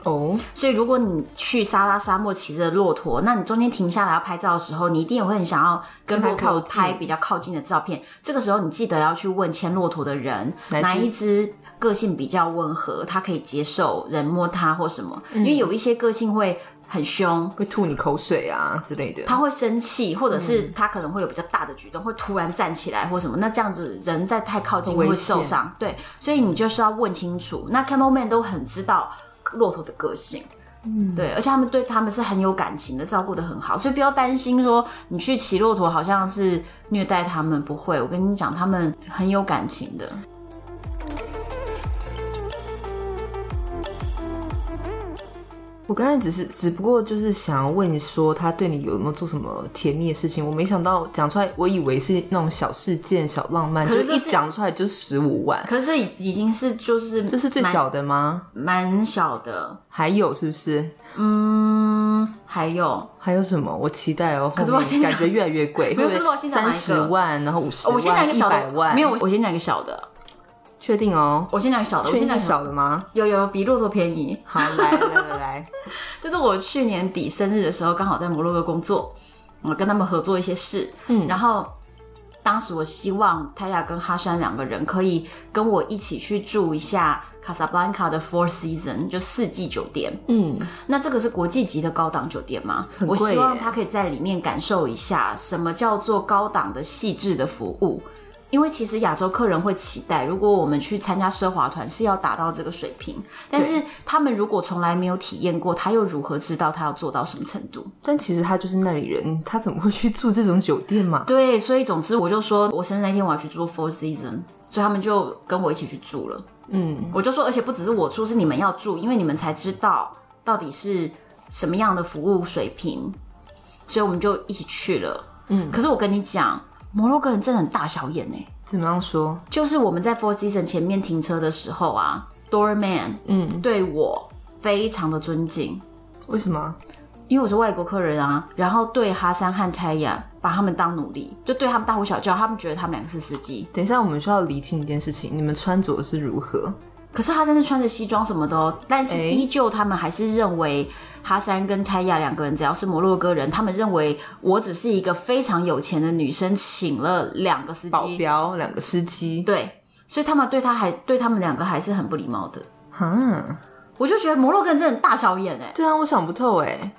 [SPEAKER 2] 哦，
[SPEAKER 1] 所以，如果你去沙拉沙漠骑着骆驼，那你中间停下来要拍照的时候，你一定也会很想要跟骆
[SPEAKER 2] 跟它
[SPEAKER 1] 驼
[SPEAKER 2] 靠近
[SPEAKER 1] 拍比较靠近的照片。这个时候，你记得要去问牵骆驼的人，
[SPEAKER 2] 哪一只
[SPEAKER 1] 哪一只个性比较温和，他可以接受人摸它或什么。
[SPEAKER 2] 嗯
[SPEAKER 1] 因为有一些个性会很凶，
[SPEAKER 2] 会吐你口水啊之类的。
[SPEAKER 1] 他会生气，或者是
[SPEAKER 2] 嗯
[SPEAKER 1] 他可能会有比较大的举动，会突然站起来或什么。那这样子人在太靠近
[SPEAKER 2] 很危
[SPEAKER 1] 会
[SPEAKER 2] 险嗯
[SPEAKER 1] 受伤，对，所以你就是要问清楚。那 camel man 都很知道骆驼的个性。嗯，对，而且他们对他们是很有感情的，照顾的很好，所以不要担心说你去骑骆驼好像是虐待他们，不会，我跟你讲，他们很有感情的。
[SPEAKER 2] 我刚才只是只不过就是想要问你说，他对你有没有做什么甜蜜的事情？我没想到讲出来，我以为是那种小事件、小浪漫，
[SPEAKER 1] 可是
[SPEAKER 2] 就
[SPEAKER 1] 这
[SPEAKER 2] 一
[SPEAKER 1] 是
[SPEAKER 2] 讲出来就十五万，
[SPEAKER 1] 可是这已已经是就是
[SPEAKER 2] 这是最
[SPEAKER 1] 蛮
[SPEAKER 2] 小的吗？
[SPEAKER 1] 蛮小的，
[SPEAKER 2] 还有是不是？
[SPEAKER 1] 还有
[SPEAKER 2] 还有什么？我期待哦。可
[SPEAKER 1] 是我先讲
[SPEAKER 2] 感觉越来越贵，
[SPEAKER 1] 没有
[SPEAKER 2] 会不会
[SPEAKER 1] 可是我先讲哪
[SPEAKER 2] 三
[SPEAKER 1] 一个哦
[SPEAKER 2] 十万，然后五十
[SPEAKER 1] 我先讲一
[SPEAKER 2] 万、
[SPEAKER 1] 个
[SPEAKER 2] 一
[SPEAKER 1] 小
[SPEAKER 2] 百
[SPEAKER 1] 的，
[SPEAKER 2] 万，
[SPEAKER 1] 没有，我先讲一个小的，
[SPEAKER 2] 确定哦。
[SPEAKER 1] 我先讲一个小的，我
[SPEAKER 2] 确
[SPEAKER 1] 先讲
[SPEAKER 2] 定
[SPEAKER 1] 一
[SPEAKER 2] 是
[SPEAKER 1] 个
[SPEAKER 2] 小的吗？
[SPEAKER 1] 有有比骆驼便宜，
[SPEAKER 2] 好，来来来来，
[SPEAKER 1] 就是我去年底生日的时候，刚好在摩洛哥工作，我呃跟他们合作一些事，嗯，然后当时我希望泰亚跟哈山两个人可以跟我一起去住一下卡萨布兰卡的 Four Season，就四季酒店，
[SPEAKER 2] 嗯，
[SPEAKER 1] 那这个是国际级的高档酒店吗？
[SPEAKER 2] 很
[SPEAKER 1] 我
[SPEAKER 2] 贵
[SPEAKER 1] 希望
[SPEAKER 2] 耶
[SPEAKER 1] 他可以在里面感受一下什么叫做高档的细致的服务，因为其实亚洲客人会期待，如果我们去参加奢华团是要达到这个水平，但是他们如果从来没有体验过，他又如何知道他要做到什么程度？
[SPEAKER 2] 但其实他就是那里人，他怎么会去住这种酒店嘛？
[SPEAKER 1] 对，所以总之我就说我生日那天我要去住 Four Season，所以他们就跟我一起去住了。嗯，我就说，而且不只是我住，是你们要住，因为你们才知道到底是什么样的服务水平，所以我们就一起去了。嗯，可是我跟你讲，摩洛哥人真的很大小眼呢、
[SPEAKER 2] 怎么样说？
[SPEAKER 1] 就是我们在 Four Season 前面停车的时候啊，Doorman，嗯，对我非常的尊敬，
[SPEAKER 2] 为什么？
[SPEAKER 1] 因为我是外国客人啊，然后对哈山和泰雅把他们当奴隶，就对他们大呼小叫，他们觉得他们两个是司机。
[SPEAKER 2] 等一下，我们需要厘清一件事情，你们穿着是如何？
[SPEAKER 1] 可是哈山是穿着西装什么的哦，但是
[SPEAKER 2] 哎
[SPEAKER 1] 依旧他们还是认为哈山跟泰雅两个人只要是摩洛哥人，他们认为我只是一个非常有钱的女生，请了两个司
[SPEAKER 2] 保
[SPEAKER 1] 机，
[SPEAKER 2] 镖两个司机，
[SPEAKER 1] 对，所以他们对他还对他们两个还是很不礼貌的。
[SPEAKER 2] 哈，
[SPEAKER 1] 我就觉得摩洛哥人真的很大小眼哎、
[SPEAKER 2] 对啊，我想不透哎，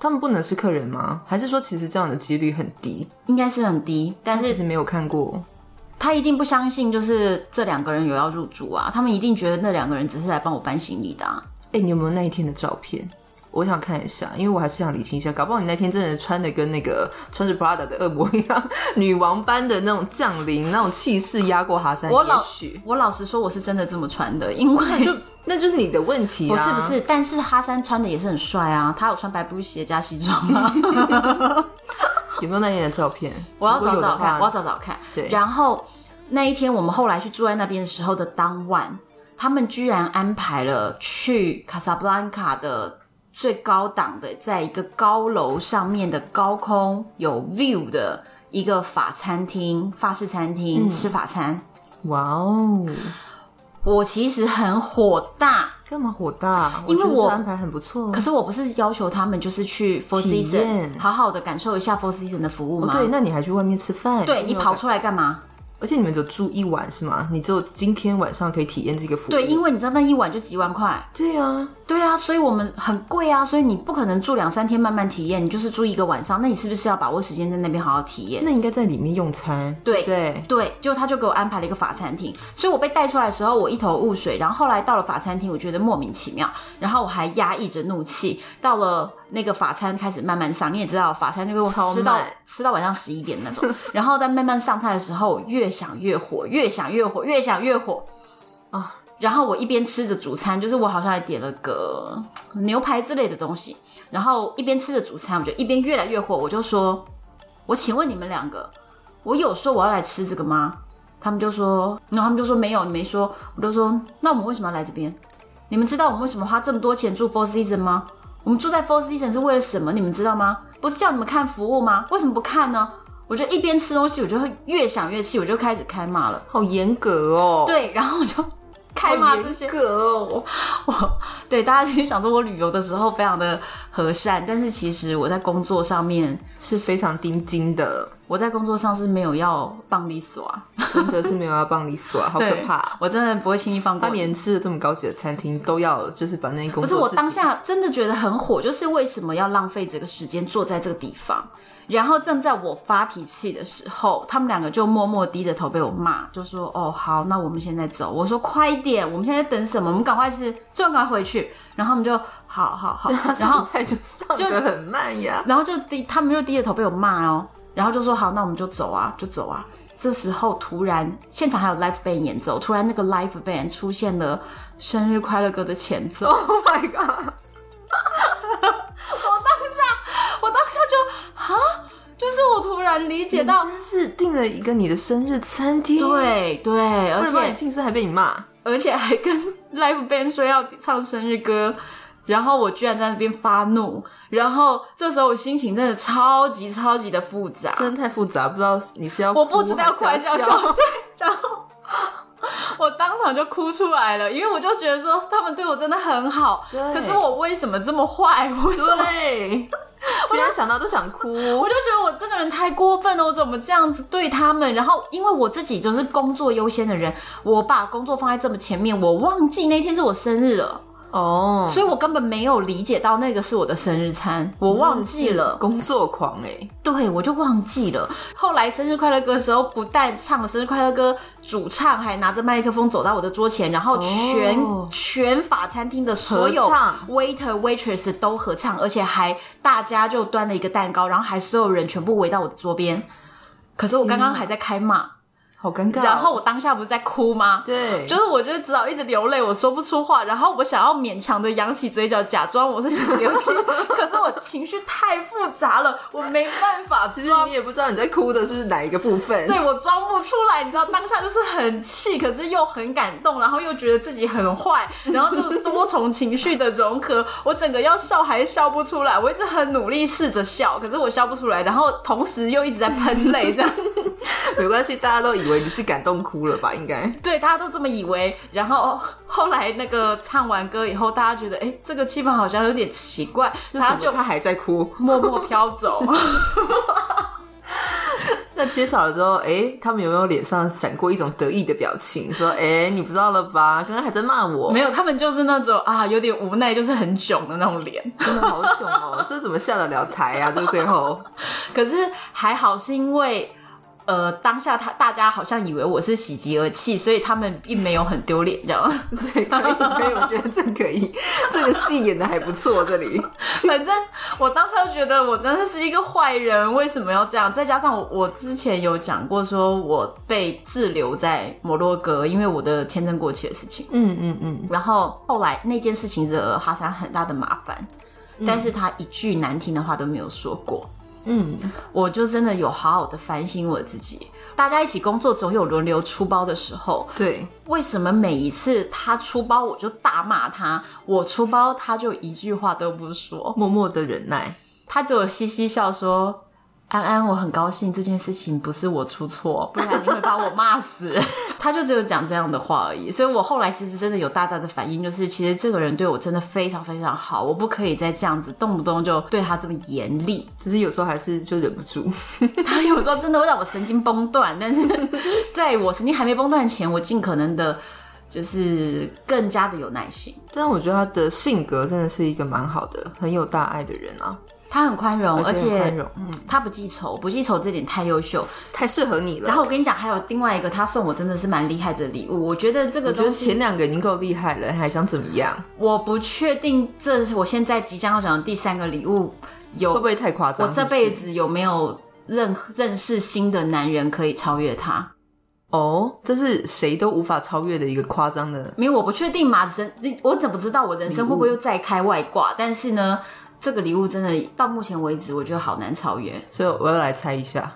[SPEAKER 2] 他们不能是客人吗？还是说其实这样的几率很低？
[SPEAKER 1] 应该是很低，但
[SPEAKER 2] 其
[SPEAKER 1] 是
[SPEAKER 2] 实没有看过，
[SPEAKER 1] 他一定不相信，就是这两个人有要入住啊，他们一定觉得那两个人只是来帮我搬行李的、啊。
[SPEAKER 2] 哎、你有没有那一天的照片？我想看一下，因为我还是想理清一下，搞不好你那天真的穿的跟那个穿着 Prada 的恶魔一样， 女王般的那种降临，那种气势压过哈山。
[SPEAKER 1] 我老
[SPEAKER 2] 也许
[SPEAKER 1] 我老实说，我是真的这么穿的，因为
[SPEAKER 2] 那就那就是你的问题啊
[SPEAKER 1] 不
[SPEAKER 2] 啦、
[SPEAKER 1] 是不是，但是哈山穿的也是很帅啊，他有穿白布鞋加西装啊。
[SPEAKER 2] 有没有那天的照片？
[SPEAKER 1] 我要找
[SPEAKER 2] 如果有
[SPEAKER 1] 找
[SPEAKER 2] 的话
[SPEAKER 1] 看，我要找找看。
[SPEAKER 2] 对
[SPEAKER 1] 然后那一天我们后来去住在那边的时候的当晚，他们居然安排了去卡萨布兰卡的最高档的，在一个高楼上面的高空有 view 的一个法餐厅、嗯法式餐厅、吃法餐。
[SPEAKER 2] 哇哦，
[SPEAKER 1] 我其实很火大，
[SPEAKER 2] 干嘛火大？
[SPEAKER 1] 因为
[SPEAKER 2] 觉得
[SPEAKER 1] 我
[SPEAKER 2] 这安排很不错。啊
[SPEAKER 1] 可是我不是要求他们就是去 Four
[SPEAKER 2] 体
[SPEAKER 1] Season
[SPEAKER 2] 验
[SPEAKER 1] 好好的感受一下 Four Season 的服务吗？
[SPEAKER 2] 对，那你还去外面吃饭？
[SPEAKER 1] 对你跑出来干嘛？
[SPEAKER 2] 而且你们只有住一晚是吗？你只有今天晚上可以体验这个服务。
[SPEAKER 1] 对，因为你知道那一晚就几万块，
[SPEAKER 2] 对啊，
[SPEAKER 1] 对啊，所以我们很贵啊，所以你不可能住两三天慢慢体验，你就是住一个晚上，那你是不是要把握时间在那边好好体验？
[SPEAKER 2] 那应该在里面用餐。
[SPEAKER 1] 对
[SPEAKER 2] 对，
[SPEAKER 1] 对，结果他就给我安排了一个法餐厅，所以我被带出来的时候，我一头雾水。然后后来到了法餐厅，我觉得莫名其妙，然后我还压抑着怒气。到了那个法餐开始慢慢上，你也知道法餐就给我
[SPEAKER 2] 超
[SPEAKER 1] 吃到
[SPEAKER 2] 慢
[SPEAKER 1] 吃到晚上十一点那种。然后在慢慢上菜的时候，我越想越火，越想越火，越想越火
[SPEAKER 2] 啊！
[SPEAKER 1] 然后我一边吃着主餐，就是我好像还点了个牛排之类的东西，然后一边吃着主餐，我就一边越来越火，我就说：“我请问你们两个，我有说我要来吃这个吗？他们就说，然后他们就说没有，你没说。我就说，那我们为什么要来这边？你们知道我们为什么花这么多钱住 Four Season 吗？我们住在 Four Season 是为了什么？你们知道吗？不是叫你们看服务吗？为什么不看呢？我就一边吃东西，我就会越想越气，我就开始开骂了。
[SPEAKER 2] 好严格哦，
[SPEAKER 1] 对，然后我就开骂
[SPEAKER 2] 好
[SPEAKER 1] 这些
[SPEAKER 2] 严。格哦。
[SPEAKER 1] 对，大家其实想说我旅游的时候非常的和善，但是其实我在工作上面，
[SPEAKER 2] 是非常钉钉的，
[SPEAKER 1] 我在工作上是没有要棒利索啊，
[SPEAKER 2] 真的是没有要帮你 锁，好可
[SPEAKER 1] 对
[SPEAKER 2] 怕！！
[SPEAKER 1] 我真的不会轻易放过
[SPEAKER 2] 他
[SPEAKER 1] 你。
[SPEAKER 2] 连吃的这么高级的餐厅都要，就是把那些工
[SPEAKER 1] 不是
[SPEAKER 2] 作
[SPEAKER 1] 我
[SPEAKER 2] 事
[SPEAKER 1] 当
[SPEAKER 2] 情
[SPEAKER 1] 下真的觉得很火，就是为什么要浪费这个时间坐在这个地方？然后正在我发脾气的时候，他们两个就默默低着头被我骂，就说：“哦，好，那我们现在走。”我说：“快一点，我们现在在等什么？我们赶快吃，就赶快回去。”然后他们就：“好好 好。
[SPEAKER 2] 他”
[SPEAKER 1] 然后
[SPEAKER 2] 上菜就上的很慢呀。
[SPEAKER 1] 然后就低，他们就低着头被我骂哦，然后就说好，那我们就走啊，就走啊。这时候突然现场还有 live band 演奏，突然那个 live band 出现了生日快乐歌的前奏。
[SPEAKER 2] Oh my god！
[SPEAKER 1] 我当下就啊，就是我突然理解到，
[SPEAKER 2] 他是订了一个你的生日餐厅，，
[SPEAKER 1] 对对，而
[SPEAKER 2] 而且你
[SPEAKER 1] 且
[SPEAKER 2] 庆生还被你骂，
[SPEAKER 1] 而且还跟 live band 说要唱生日歌，然后我居然在那边发怒，然后这时候我心情真的超级超级的复杂，
[SPEAKER 2] 真的太复杂，不知道你是要
[SPEAKER 1] 我不
[SPEAKER 2] 哭
[SPEAKER 1] 知道
[SPEAKER 2] 还是
[SPEAKER 1] 哭还是要笑，
[SPEAKER 2] 笑。
[SPEAKER 1] 对，然后我当场就哭出来了，因为我就觉得说他们对我真的很好，
[SPEAKER 2] 对
[SPEAKER 1] 可是我为什么这么坏？ 我为什么
[SPEAKER 2] 对，现在想到都想哭。
[SPEAKER 1] 我就觉得我这个人太过分了，我怎么这样子对他们？然后因为我自己就是工作优先的人，我把工作放在这么前面，我忘记那天是我生日了，
[SPEAKER 2] 哦，
[SPEAKER 1] 所以我根本没有理解到那个是我的生日餐，我
[SPEAKER 2] 我
[SPEAKER 1] 忘记了，
[SPEAKER 2] 工作狂哎，
[SPEAKER 1] 对我就忘记了。后来生日快乐歌的时候，不但唱了生日快乐歌，主唱还拿着麦克风走到我的桌前，然后全、
[SPEAKER 2] 哦
[SPEAKER 1] 全法餐厅的所有
[SPEAKER 2] 合唱
[SPEAKER 1] waiter waitress 都合唱，而且还大家就端了一个蛋糕，然后还所有人全部围到我的桌边。可是我刚刚还在开骂，
[SPEAKER 2] 好尴尬哦。
[SPEAKER 1] 然后我当下不是在哭吗？
[SPEAKER 2] 对，
[SPEAKER 1] 就是我就只好一直流泪，我说不出话，然后我想要勉强的扬起嘴角，假装我是流泪， 可是我情绪太复杂了，我没办法
[SPEAKER 2] 其实
[SPEAKER 1] 装
[SPEAKER 2] 你。也不知道你在哭的是哪一个部分。
[SPEAKER 1] 对我装不出来，你知道，当下就是很气，可是又很感动，然后又觉得自己很坏，然后就多重情绪的融合，我整个要笑还笑不出来，我一直很努力试着笑，可是我笑不出来，然后同时又一直在喷泪，这样。
[SPEAKER 2] 没关系，大家都以为你是感动哭了吧？应该
[SPEAKER 1] 对，大家都这么以为。然后后来那个唱完歌以后，大家觉得哎、诶这个气氛好像有点奇怪，大家
[SPEAKER 2] 就怎
[SPEAKER 1] 就
[SPEAKER 2] 么他还在哭。
[SPEAKER 1] 默默飘走。
[SPEAKER 2] 那揭晓了之后，哎、他们有没有脸上闪过一种得意的表情？说，哎、你不知道了吧？刚刚还在骂我
[SPEAKER 1] 没，有，他们就是那种啊，有点无奈，就是很囧的那种脸。
[SPEAKER 2] 真的好囧哦，这怎么下得了台啊？这个最后，
[SPEAKER 1] 可是还好，是因为。呃，当下他大家好像以为我是喜极而泣，所以他们并没有很丢脸，这样。
[SPEAKER 2] 对，可以，可以，我觉得这可以，这个戏演的还不错，这里
[SPEAKER 1] 反正我当时就觉得我真的是一个坏人，为什么要这样？再加上我我之前有讲过，说我被滞留在摩洛哥，因为我的签证过期的事情。
[SPEAKER 2] 嗯嗯嗯，
[SPEAKER 1] 然后后来那件事情惹哈桑很大的麻烦，但是他一句难听的话都没有说过。
[SPEAKER 2] 嗯，
[SPEAKER 1] 我就真的有好好的反省我自己，大家一起工作总有轮流出包的时候，
[SPEAKER 2] 对，
[SPEAKER 1] 为什么每一次他出包我就大骂他，我出包他就一句话都不说，
[SPEAKER 2] 默默的忍耐。
[SPEAKER 1] 他只有嘻嘻笑说：“安安，我很高兴这件事情不是我出错，不然你会把我骂死。” 他就只有讲这样的话而已。所以我后来其实真的有大大的反应，就是其实这个人对我真的非常非常好，我不可以再这样子动不动就对他这么严厉。
[SPEAKER 2] 只是有时候还是就忍不住。
[SPEAKER 1] 他有时候真的会让我神经崩断，但是 在我神经还没崩断前，我尽可能的，就是更加的有耐心。
[SPEAKER 2] 但我觉得他的性格真的是一个蛮好的，很有大爱的人啊，
[SPEAKER 1] 他很宽容，哦而
[SPEAKER 2] 而且很宽
[SPEAKER 1] 且
[SPEAKER 2] 容，嗯
[SPEAKER 1] 他不记仇，不记仇这点太优秀。
[SPEAKER 2] 太适合你了。
[SPEAKER 1] 然后我跟你讲，还有另外一个，他送我真的是蛮厉害的礼物。我觉得这个
[SPEAKER 2] 我觉得
[SPEAKER 1] 东西，
[SPEAKER 2] 前两个已经够厉害了，还想怎么样？
[SPEAKER 1] 我不确定这是我现在即将要讲的第三个礼物
[SPEAKER 2] 会
[SPEAKER 1] 有
[SPEAKER 2] 不会太夸张？
[SPEAKER 1] 我这辈
[SPEAKER 2] 是
[SPEAKER 1] 子有没有认认识新的男人可以超越他？
[SPEAKER 2] 不是哦，这是谁都无法超越的一个夸张的。
[SPEAKER 1] 没有，我不确定嘛，人我怎么知道我人生会不会又再开外挂？但是呢，这个礼物真的到目前为止，我觉得好难超越。
[SPEAKER 2] 所以我要来猜一下，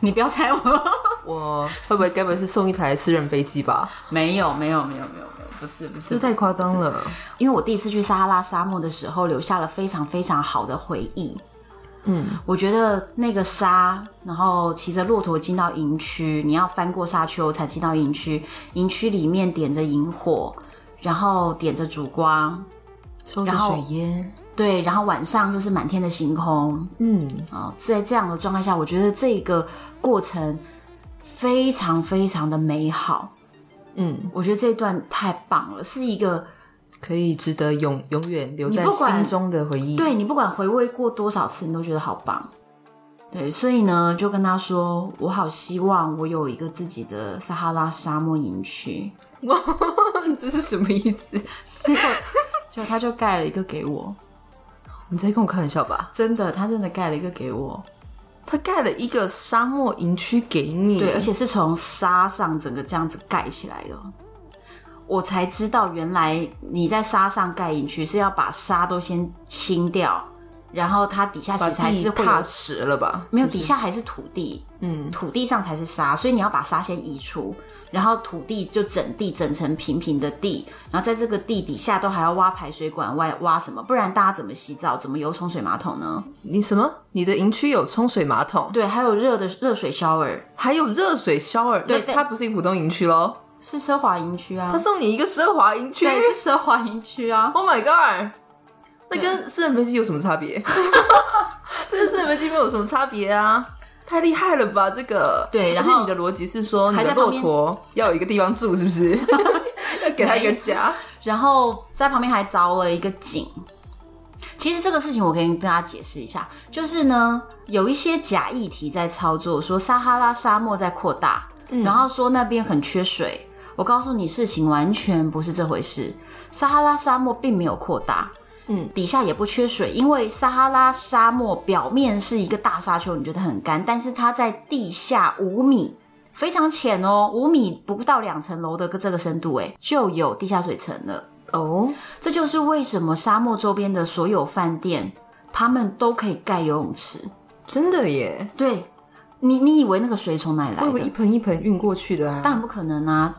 [SPEAKER 1] 你不要猜 我，
[SPEAKER 2] 我会不会该不会是送一台私人飞 机吧？
[SPEAKER 1] 没有，没有，没有，没有，没有，不是，不
[SPEAKER 2] 这
[SPEAKER 1] 是，
[SPEAKER 2] 太夸张了。
[SPEAKER 1] 因为我第一次去撒哈拉沙漠的时候，留下了非常非常好的回忆。嗯，我觉得那个沙，然后骑着骆驼进到营区，你要翻过沙丘才进到营区。营区里面点着萤火，然后点着烛光，
[SPEAKER 2] 抽着
[SPEAKER 1] 然后
[SPEAKER 2] 水烟，
[SPEAKER 1] 对，然后晚上又是满天的星空，
[SPEAKER 2] 嗯，
[SPEAKER 1] 啊、在这样的状态下，我觉得这个过程非常非常的美好。
[SPEAKER 2] 嗯，
[SPEAKER 1] 我觉得这一段太棒了，是一个
[SPEAKER 2] 可以值得永永远留在
[SPEAKER 1] 你不管
[SPEAKER 2] 心中的回忆。
[SPEAKER 1] 对 你不管回味过多少次，你都觉得好棒。对，所以呢，就跟他说，我好希望我有一个自己的撒哈拉沙漠营区。
[SPEAKER 2] 这是什么意思？
[SPEAKER 1] 结果，结果他就盖了一个给我，
[SPEAKER 2] 你在跟我开玩笑吧？
[SPEAKER 1] 真的，他真的盖了一个给我。
[SPEAKER 2] 他盖了一个沙漠营区给你，
[SPEAKER 1] 对，而且是从沙上整个这样子盖起来的。我才知道，原来你在沙上盖营区是要把沙都先清掉，然后它底下其
[SPEAKER 2] 把
[SPEAKER 1] 实还
[SPEAKER 2] 地
[SPEAKER 1] 是会
[SPEAKER 2] 踏
[SPEAKER 1] 有
[SPEAKER 2] 实了吧？
[SPEAKER 1] 没有底下还是土地，嗯，土地上才是沙，所以你要把沙先移除，然后土地就整地整成平平的地，然后在这个地底下都还要挖排水管，挖挖什么？不然大家怎么洗澡？怎么游冲水马桶呢？
[SPEAKER 2] 你什么？你的营区有冲水马桶，
[SPEAKER 1] 对，还有热的热水 shower
[SPEAKER 2] 还有热水 shower，
[SPEAKER 1] 对
[SPEAKER 2] 那
[SPEAKER 1] 对
[SPEAKER 2] 它不是一个普通营区喽，
[SPEAKER 1] 是奢华营区啊
[SPEAKER 2] 他，送你一个奢华营区。
[SPEAKER 1] 对，是奢华营区啊。
[SPEAKER 2] Oh my god！那跟私人飞机有什么 差别？这跟私人飞机没有什么差别啊！太厉害了吧，这个
[SPEAKER 1] 对
[SPEAKER 2] 而
[SPEAKER 1] 然
[SPEAKER 2] 且
[SPEAKER 1] 后
[SPEAKER 2] 你的逻辑是说，你
[SPEAKER 1] 还
[SPEAKER 2] 的
[SPEAKER 1] 在
[SPEAKER 2] 骆
[SPEAKER 1] 旁边
[SPEAKER 2] 驼要有一个地方住，是不是？ 要给他一个家，
[SPEAKER 1] 然后在旁边还凿了一个井。其实这个事情我可以跟大家解释一下，就是呢，有一些假议题在操作，说撒哈拉沙漠在扩大，然后说那边很缺水。我告诉你，事情完全不是这回事。撒哈拉沙漠并没有扩大，嗯，底下也不缺水，因为撒哈拉沙漠表面是一个大沙丘，你觉得很干，但是它在地下五米，非常浅哦，五米不到两层楼的这个深度，哎，就有地下水层了。
[SPEAKER 2] 哦，
[SPEAKER 1] 这就是为什么沙漠周边的所有饭店，他们都可以盖游泳池。
[SPEAKER 2] 真的耶！
[SPEAKER 1] 对，你你以为那个水从哪里
[SPEAKER 2] 我
[SPEAKER 1] 来
[SPEAKER 2] 以为一
[SPEAKER 1] 的？
[SPEAKER 2] 盆一盆运过去的
[SPEAKER 1] 当
[SPEAKER 2] 啊。
[SPEAKER 1] 然不可能啊！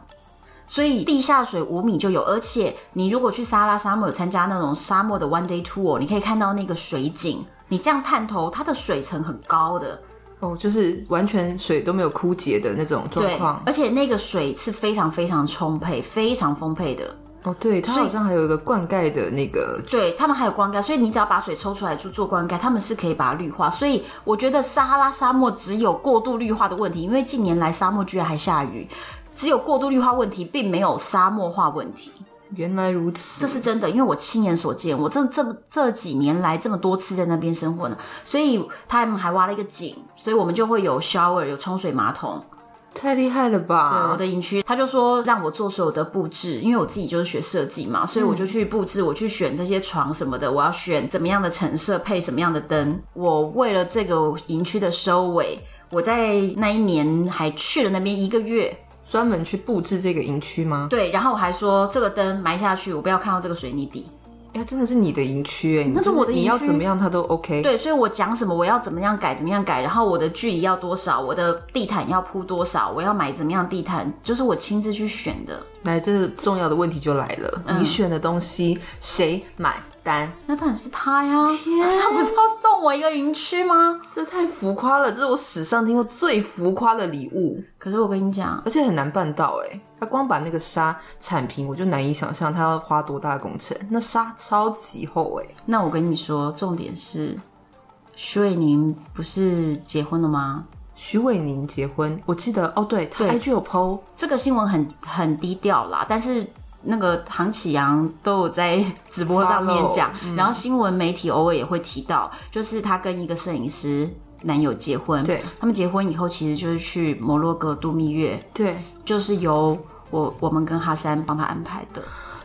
[SPEAKER 1] 所以地下水五米就有，而且你如果去撒哈拉沙漠有参加那种沙漠的 one day tour，你可以看到那个水井。你这样探头，它的水层很高的，
[SPEAKER 2] 哦，就是完全水都没有枯竭的那种状
[SPEAKER 1] 对，
[SPEAKER 2] 况。
[SPEAKER 1] 而且那个水是非常非常充沛、非常丰沛的。
[SPEAKER 2] 哦，对，它好像还有一个灌溉的那个
[SPEAKER 1] 对他们还有灌溉，所以你只要把水抽出来去做灌溉，他们是可以把它绿化。所以我觉得撒哈拉沙漠只有过度绿化的问题，因为近年来沙漠居然还下雨，只有过度绿化问题，并没有沙漠化问题，
[SPEAKER 2] 原来如
[SPEAKER 1] 这
[SPEAKER 2] 此，
[SPEAKER 1] 是真的。因为我亲眼所见，我这这么这几年来这么多次在那边生活呢，所以他们还挖了一个井，所以我们就会有 shower 有冲水马桶，
[SPEAKER 2] 太厉害了
[SPEAKER 1] 我
[SPEAKER 2] 吧！
[SPEAKER 1] 的营区，他就说让我做所有的布置，因为我自己就是学设计嘛，所以我就去布置，我去选这些床什么的，我要选怎么样的陈设配什么样的灯。我为了这个营区的收尾，我在那一年还去了那边一个月，
[SPEAKER 2] 专门去布置这个营区吗？
[SPEAKER 1] 对，然后我还说这个灯埋下去，我不要看到这个水泥底。
[SPEAKER 2] 哎、哎，真的是你的营区哎，你
[SPEAKER 1] 那是
[SPEAKER 2] 就
[SPEAKER 1] 我的
[SPEAKER 2] 你
[SPEAKER 1] 营
[SPEAKER 2] 要
[SPEAKER 1] 区
[SPEAKER 2] 怎么样他都 OK。
[SPEAKER 1] 对，所以我讲什么，我要怎么样改，怎么样改，然后我的距离要多少，我的地毯要铺多少，我要买怎么样的地毯，就是我亲自去选的。
[SPEAKER 2] 来，这个重要的问题就来了，
[SPEAKER 1] 嗯
[SPEAKER 2] 你选的东西谁买单？
[SPEAKER 1] 那当然是他呀，他不是要送我一个营区吗？
[SPEAKER 2] 这太浮夸了，这是我史上听过最浮夸的礼物，
[SPEAKER 1] 可是我跟你讲，
[SPEAKER 2] 而且很难办到哎。他光把那个纱铲平，我就难以想象他要花多大的工程。那纱超级厚哎，
[SPEAKER 1] 那我跟你说，重点是徐伟宁不是结婚了吗？
[SPEAKER 2] 徐伟宁结婚，我记得哦，对他
[SPEAKER 1] 对
[SPEAKER 2] IG 有 PO，
[SPEAKER 1] 这个新闻很很低调啦，但是那个唐启阳都有在直播上面讲，然后新闻媒体偶尔也会提到，就是他跟一个摄影师男友结婚，
[SPEAKER 2] 对，
[SPEAKER 1] 他们结婚以后其实就是去摩洛哥度蜜月，
[SPEAKER 2] 对，
[SPEAKER 1] 就是由我我们跟哈山帮他安排的，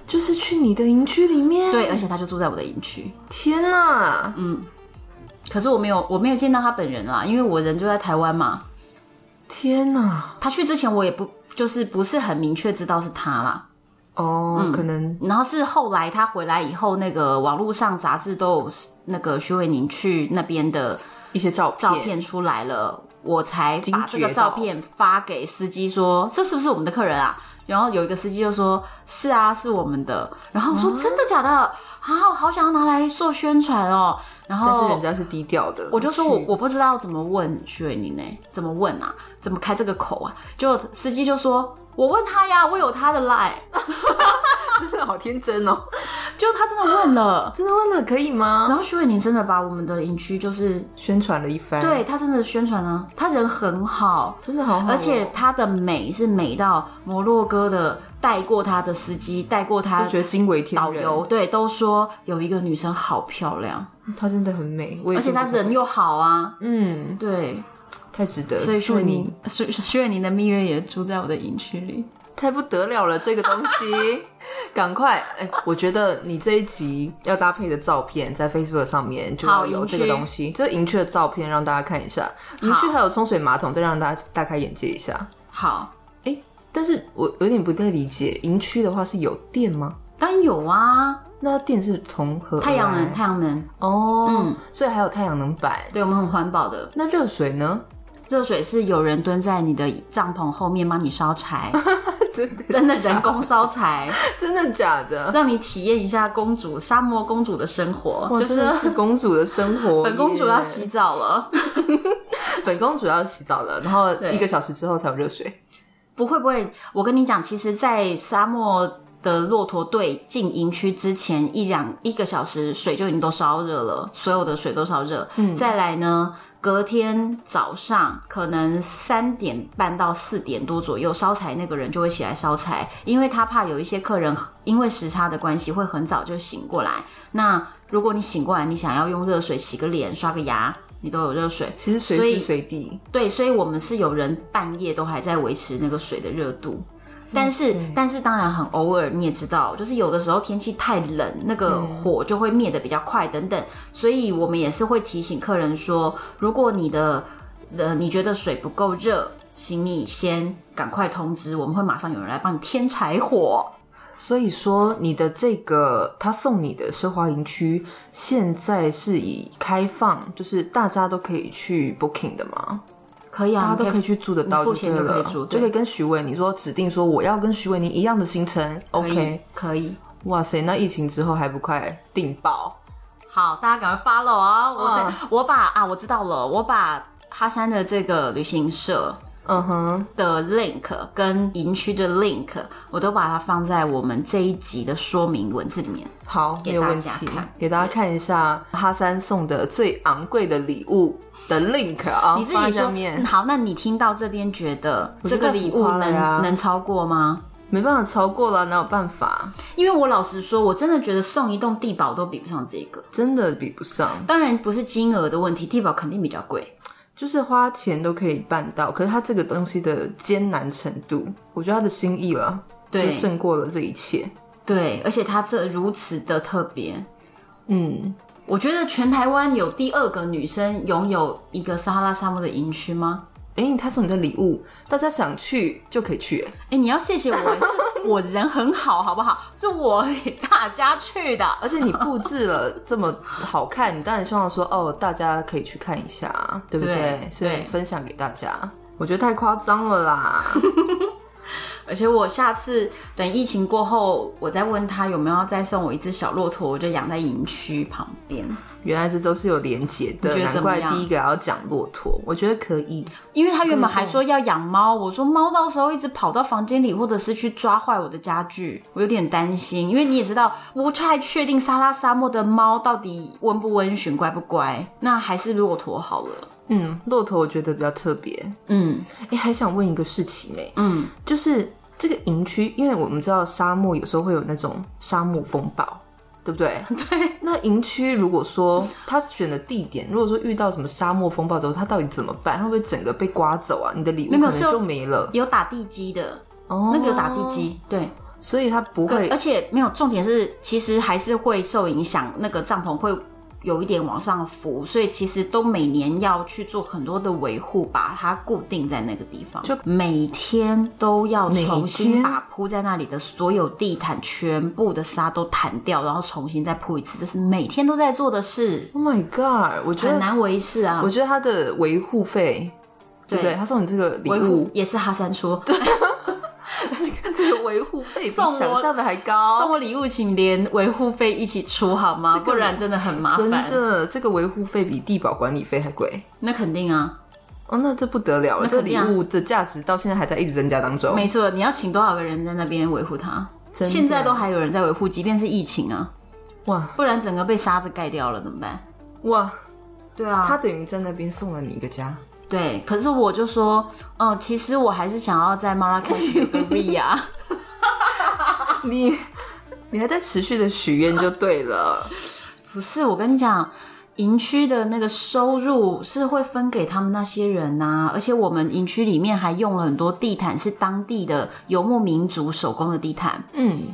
[SPEAKER 2] 就是去你的营区里面。
[SPEAKER 1] 对，而嗯且他就住在我的营区。
[SPEAKER 2] 天呐，
[SPEAKER 1] 可是我没有，我没有见到他本人啦，因为我人就在台湾嘛。
[SPEAKER 2] 天呐，
[SPEAKER 1] 他去之前，我也不就是不是很明确知道是他啦。
[SPEAKER 2] 哦，
[SPEAKER 1] 嗯
[SPEAKER 2] 可能
[SPEAKER 1] 然后是后来他回来以后，那个网络上杂志都有那个徐伟宁去那边的
[SPEAKER 2] 一些照片，
[SPEAKER 1] 照片出来了，我才把这个照片发给司机说：“这是不是我们的客人啊？”然后有一个司机就说：“是啊，是我们的。”然后我说：“真的假的？啊，我好想要拿来做宣传哦。”然后
[SPEAKER 2] 但是人家是低调的。
[SPEAKER 1] 我就说我
[SPEAKER 2] 去
[SPEAKER 1] 我 不知道怎么问徐伟宁呢、怎么问啊？怎么开这个口啊？就司机就说：“我问他呀，我有他的 line。
[SPEAKER 2] 真的好天真哦，”
[SPEAKER 1] 就他真的问了，
[SPEAKER 2] 真的问了可以吗？
[SPEAKER 1] 然后徐伟宁真的把我们的营区就是，
[SPEAKER 2] 宣传了一番，，
[SPEAKER 1] 对他真的宣传啊，他人很好，
[SPEAKER 2] 真的好好哦、
[SPEAKER 1] 而且他的美是美到摩洛哥的带过他的司机，带过他
[SPEAKER 2] 就觉得惊为天
[SPEAKER 1] 导
[SPEAKER 2] 人，
[SPEAKER 1] 游，对，都说有一个女生好漂亮，
[SPEAKER 2] 她真的很美，我也
[SPEAKER 1] 而且她
[SPEAKER 2] 真的
[SPEAKER 1] 人又好啊，
[SPEAKER 2] 嗯
[SPEAKER 1] 对，
[SPEAKER 2] 太值得，
[SPEAKER 1] 所以徐
[SPEAKER 2] 祝
[SPEAKER 1] 伟
[SPEAKER 2] 你
[SPEAKER 1] 宁，徐徐伟宁的蜜月也住在我的营区里。
[SPEAKER 2] 太不得了了，这个东 西，赶快！哎、我觉得你这一集要搭配的照片，在 Facebook 上面就要
[SPEAKER 1] 好
[SPEAKER 2] 有
[SPEAKER 1] 营
[SPEAKER 2] 这
[SPEAKER 1] 区
[SPEAKER 2] 个东西，这营区的照片让大家看一下，营区还有冲水马桶，再让大家大开眼界一下。
[SPEAKER 1] 好，
[SPEAKER 2] 哎、但是我有点不太理解，营区的话是有电吗？
[SPEAKER 1] 当然有啊，
[SPEAKER 2] 那电是从何而来
[SPEAKER 1] 太阳能，太阳嗯能，
[SPEAKER 2] 哦，所以还有太阳能板。
[SPEAKER 1] 对我们很环保的。
[SPEAKER 2] 那热水呢？
[SPEAKER 1] 热水是有人蹲在你的帐篷后面帮你烧 柴，
[SPEAKER 2] 真的
[SPEAKER 1] 真的人工烧柴，
[SPEAKER 2] 真的假 的？
[SPEAKER 1] 让你体验一下公主沙漠公主的生活，
[SPEAKER 2] 哇，
[SPEAKER 1] 就是
[SPEAKER 2] 真的是公主的生活。
[SPEAKER 1] 本公主要，洗澡了。
[SPEAKER 2] 本公主要洗澡了，然后
[SPEAKER 1] 对
[SPEAKER 2] 一个小时之后才有热水。
[SPEAKER 1] 不会不会，我跟你讲，其实，在沙漠的骆驼队进营区之前一两一个小时，水就已经都烧热了，所有的水都烧热。嗯，再来呢，隔天早上可能三点半到四点多左右，烧柴那个人就会起来烧柴，因为他怕有一些客人因为时差的关系会很早就醒过来。那如果你醒过来，你想要用热水洗个脸、刷个牙，你都有热水。
[SPEAKER 2] 其实随
[SPEAKER 1] 所
[SPEAKER 2] 时
[SPEAKER 1] 以
[SPEAKER 2] 随地，
[SPEAKER 1] 对，所以我们是有人半夜都还在维持那个水的热度。但是，但是当然很偶尔，你也知道，就是有的时候天气太冷，那个
[SPEAKER 2] 嗯
[SPEAKER 1] 火就会灭得比较快，等等。所以我们也是会提醒客人说，如果你的呃你觉得水不够热，请你先赶快通知，我们会马上有人来帮你添柴火。
[SPEAKER 2] 所以说你的这个他送你的奢华营区，现在是以开放，就是大家都可以去 booking 的吗？
[SPEAKER 1] 可以
[SPEAKER 2] 大
[SPEAKER 1] 啊，
[SPEAKER 2] 家都可以去住得到，
[SPEAKER 1] 你付钱
[SPEAKER 2] 就
[SPEAKER 1] 就可
[SPEAKER 2] 对
[SPEAKER 1] 以
[SPEAKER 2] 了
[SPEAKER 1] 住对
[SPEAKER 2] 就可以跟徐伟你说指定说我要跟徐伟你一样的行程
[SPEAKER 1] 可以
[SPEAKER 2] ，OK？
[SPEAKER 1] 可以。
[SPEAKER 2] 哇塞，那疫情之后还不快订爆？
[SPEAKER 1] 好，大家赶快 follow 啊！我
[SPEAKER 2] 嗯
[SPEAKER 1] 的、我把啊，我知道了，我把哈山的这个旅行社
[SPEAKER 2] 嗯哼，
[SPEAKER 1] 的 link 跟营区的 link，我都把它放在我们这一集的说明文字里面。
[SPEAKER 2] 好，没有
[SPEAKER 1] 大
[SPEAKER 2] 问
[SPEAKER 1] 家
[SPEAKER 2] 题
[SPEAKER 1] 看，
[SPEAKER 2] 给大家看一下哈三送的最昂贵的礼物的 link 啊，
[SPEAKER 1] 你自
[SPEAKER 2] 放
[SPEAKER 1] 己
[SPEAKER 2] 在
[SPEAKER 1] 说
[SPEAKER 2] 上，面
[SPEAKER 1] 嗯好，那你听到这边觉得
[SPEAKER 2] 觉
[SPEAKER 1] 这
[SPEAKER 2] 得
[SPEAKER 1] 个礼物
[SPEAKER 2] 太浮夸了
[SPEAKER 1] 能、
[SPEAKER 2] 呀
[SPEAKER 1] 能超过吗？
[SPEAKER 2] 没办法超过了，哪有办法？
[SPEAKER 1] 因为我老实说，我真的觉得送一栋地堡都比不上这个。
[SPEAKER 2] 真的比不上，
[SPEAKER 1] 当然不是金额的问题，地堡肯定比较贵。
[SPEAKER 2] 就是花钱都可以办到，可是它这个东西的艰难程度，我觉得它的心意了，
[SPEAKER 1] 对
[SPEAKER 2] 就胜过了这一切。
[SPEAKER 1] 对，而且它这如此的特别，
[SPEAKER 2] 嗯，
[SPEAKER 1] 我觉得全台湾有第二个女生拥有一个撒哈拉沙漠的营区吗？
[SPEAKER 2] 哎、他送你的礼物，大家想去就可以去、诶
[SPEAKER 1] 哎、你要谢谢我，是我人很好，好不好？是我给大家去的。
[SPEAKER 2] 而且你布置了这么好看，你当然希望说哦，大家可以去看一下，对不对？
[SPEAKER 1] 对
[SPEAKER 2] 所以
[SPEAKER 1] 对
[SPEAKER 2] 分享给大家，我觉得太夸张了啦。
[SPEAKER 1] 而且我下次等疫情过后，我再问他有没有要再送我一只小骆驼，我就养在营区旁边。
[SPEAKER 2] 原来这都是有连结的，
[SPEAKER 1] 你觉得
[SPEAKER 2] 难
[SPEAKER 1] 怎么
[SPEAKER 2] 怪
[SPEAKER 1] 样
[SPEAKER 2] 第一个要讲骆驼，我觉得可以。
[SPEAKER 1] 因为他原本还说要养猫，我说猫到时候一直跑到房间里，或者是去抓坏我的家具，我有点担心。因为你也知道，我不太确定撒拉沙漠的猫到底温不温驯、乖不乖，那还是骆驼好了。
[SPEAKER 2] 嗯，骆驼我觉得比较特别。
[SPEAKER 1] 嗯
[SPEAKER 2] 哎、还想问一个事情呢、
[SPEAKER 1] 嗯，
[SPEAKER 2] 就是这个营区，因为我们知道沙漠有时候会有那种沙漠风暴，对不对？对。那营区如果说他选的地点，如果说遇到什么沙漠风暴之后，他到底怎么办？会不会整个被刮走啊？你的礼物
[SPEAKER 1] 没有
[SPEAKER 2] 可
[SPEAKER 1] 是有
[SPEAKER 2] 能就没了。
[SPEAKER 1] 有打地基的，
[SPEAKER 2] 哦
[SPEAKER 1] 那个有打地，基，对，
[SPEAKER 2] 所以他不
[SPEAKER 1] 对，
[SPEAKER 2] 会
[SPEAKER 1] 而且没有重点是，其实还是会受影响，那个帐篷会有一点往上浮，所以其实都每年要去做很多的维护，把它固定在那个地方，
[SPEAKER 2] 就
[SPEAKER 1] 每天都要重
[SPEAKER 2] 每
[SPEAKER 1] 新
[SPEAKER 2] 天
[SPEAKER 1] 把铺在那里的所有地毯全部的沙都弹掉，然后重新再铺一次，这是每天都在做的事，
[SPEAKER 2] Oh my god！我觉
[SPEAKER 1] 很
[SPEAKER 2] 得，
[SPEAKER 1] 难维持啊
[SPEAKER 2] 我。觉得他的维护费，对不对？他送你这个礼
[SPEAKER 1] 维护
[SPEAKER 2] 物，
[SPEAKER 1] 也是哈三出，
[SPEAKER 2] 这个维护费比
[SPEAKER 1] 送我
[SPEAKER 2] 想象的还
[SPEAKER 1] 送
[SPEAKER 2] 高。
[SPEAKER 1] 我礼物请连维护费一起出好吗？
[SPEAKER 2] 这个
[SPEAKER 1] 不然真的很麻
[SPEAKER 2] 真
[SPEAKER 1] 烦。
[SPEAKER 2] 的，这个维护费比地保管理费还贵
[SPEAKER 1] 那肯定啊，
[SPEAKER 2] 哦，那这不得了了！
[SPEAKER 1] 那
[SPEAKER 2] 这
[SPEAKER 1] 肯
[SPEAKER 2] 礼
[SPEAKER 1] 定啊
[SPEAKER 2] 物的价值到现在还在一直增加当中。
[SPEAKER 1] 没错，你要请多少个人在那边维护它？
[SPEAKER 2] 真的
[SPEAKER 1] 现在都还有人在维护，即便是疫情啊，
[SPEAKER 2] 哇
[SPEAKER 1] 不然整个被沙子盖掉了怎么办？
[SPEAKER 2] 哇，
[SPEAKER 1] 对啊
[SPEAKER 2] 他等于在那边送了你一个家，
[SPEAKER 1] 对，可是我就说，嗯，其实我还是想要在 Marrakesh 有个 Ria，
[SPEAKER 2] 你你还在持续的许愿就对了。
[SPEAKER 1] 不是我跟你讲。营区的那个收入是会分给他们那些人呐、而且我们营区里面还用了很多地毯，是当地的游牧民族手工的地毯，
[SPEAKER 2] 嗯，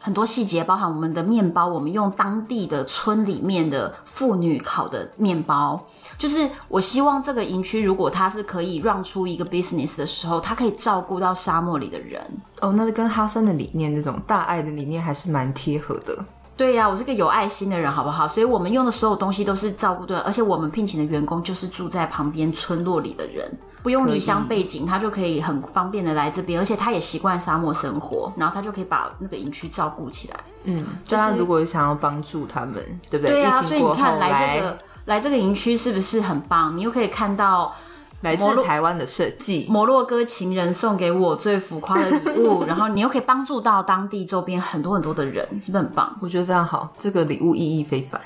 [SPEAKER 1] 很多细节，包含我们的面包，我们用当地的村里面的妇女烤的面包。就是我希望这个营区，如果它是可以让出一个 business 的时候，它可以照顾到沙漠里的人。
[SPEAKER 2] 哦，那跟哈森的理念这种大爱的理念还是蛮贴合的。
[SPEAKER 1] 对呀、我是个有爱心的人，好不好？所以我们用的所有东西都是照顾对，而且我们聘请的员工就是住在旁边村落里的人，不用离乡背景，他就可以很方便的来这边，而且他也习惯沙漠生活，然后他就可以把那个营区照顾起来。
[SPEAKER 2] 大家如果想要帮助他们，对不对？
[SPEAKER 1] 对啊，
[SPEAKER 2] 疫
[SPEAKER 1] 所
[SPEAKER 2] 情
[SPEAKER 1] 以
[SPEAKER 2] 过
[SPEAKER 1] 你
[SPEAKER 2] 后
[SPEAKER 1] 看来
[SPEAKER 2] 来
[SPEAKER 1] 这个来这个营区是不是很棒？你又可以看到
[SPEAKER 2] 来
[SPEAKER 1] 摩
[SPEAKER 2] 自
[SPEAKER 1] 洛
[SPEAKER 2] 台湾的设计，
[SPEAKER 1] 摩洛哥情人送给我最浮夸的礼 物，然后你又可以帮助到当地周边很多很多的人，是不是很棒？
[SPEAKER 2] 我觉得非常好，这个礼物意义非凡。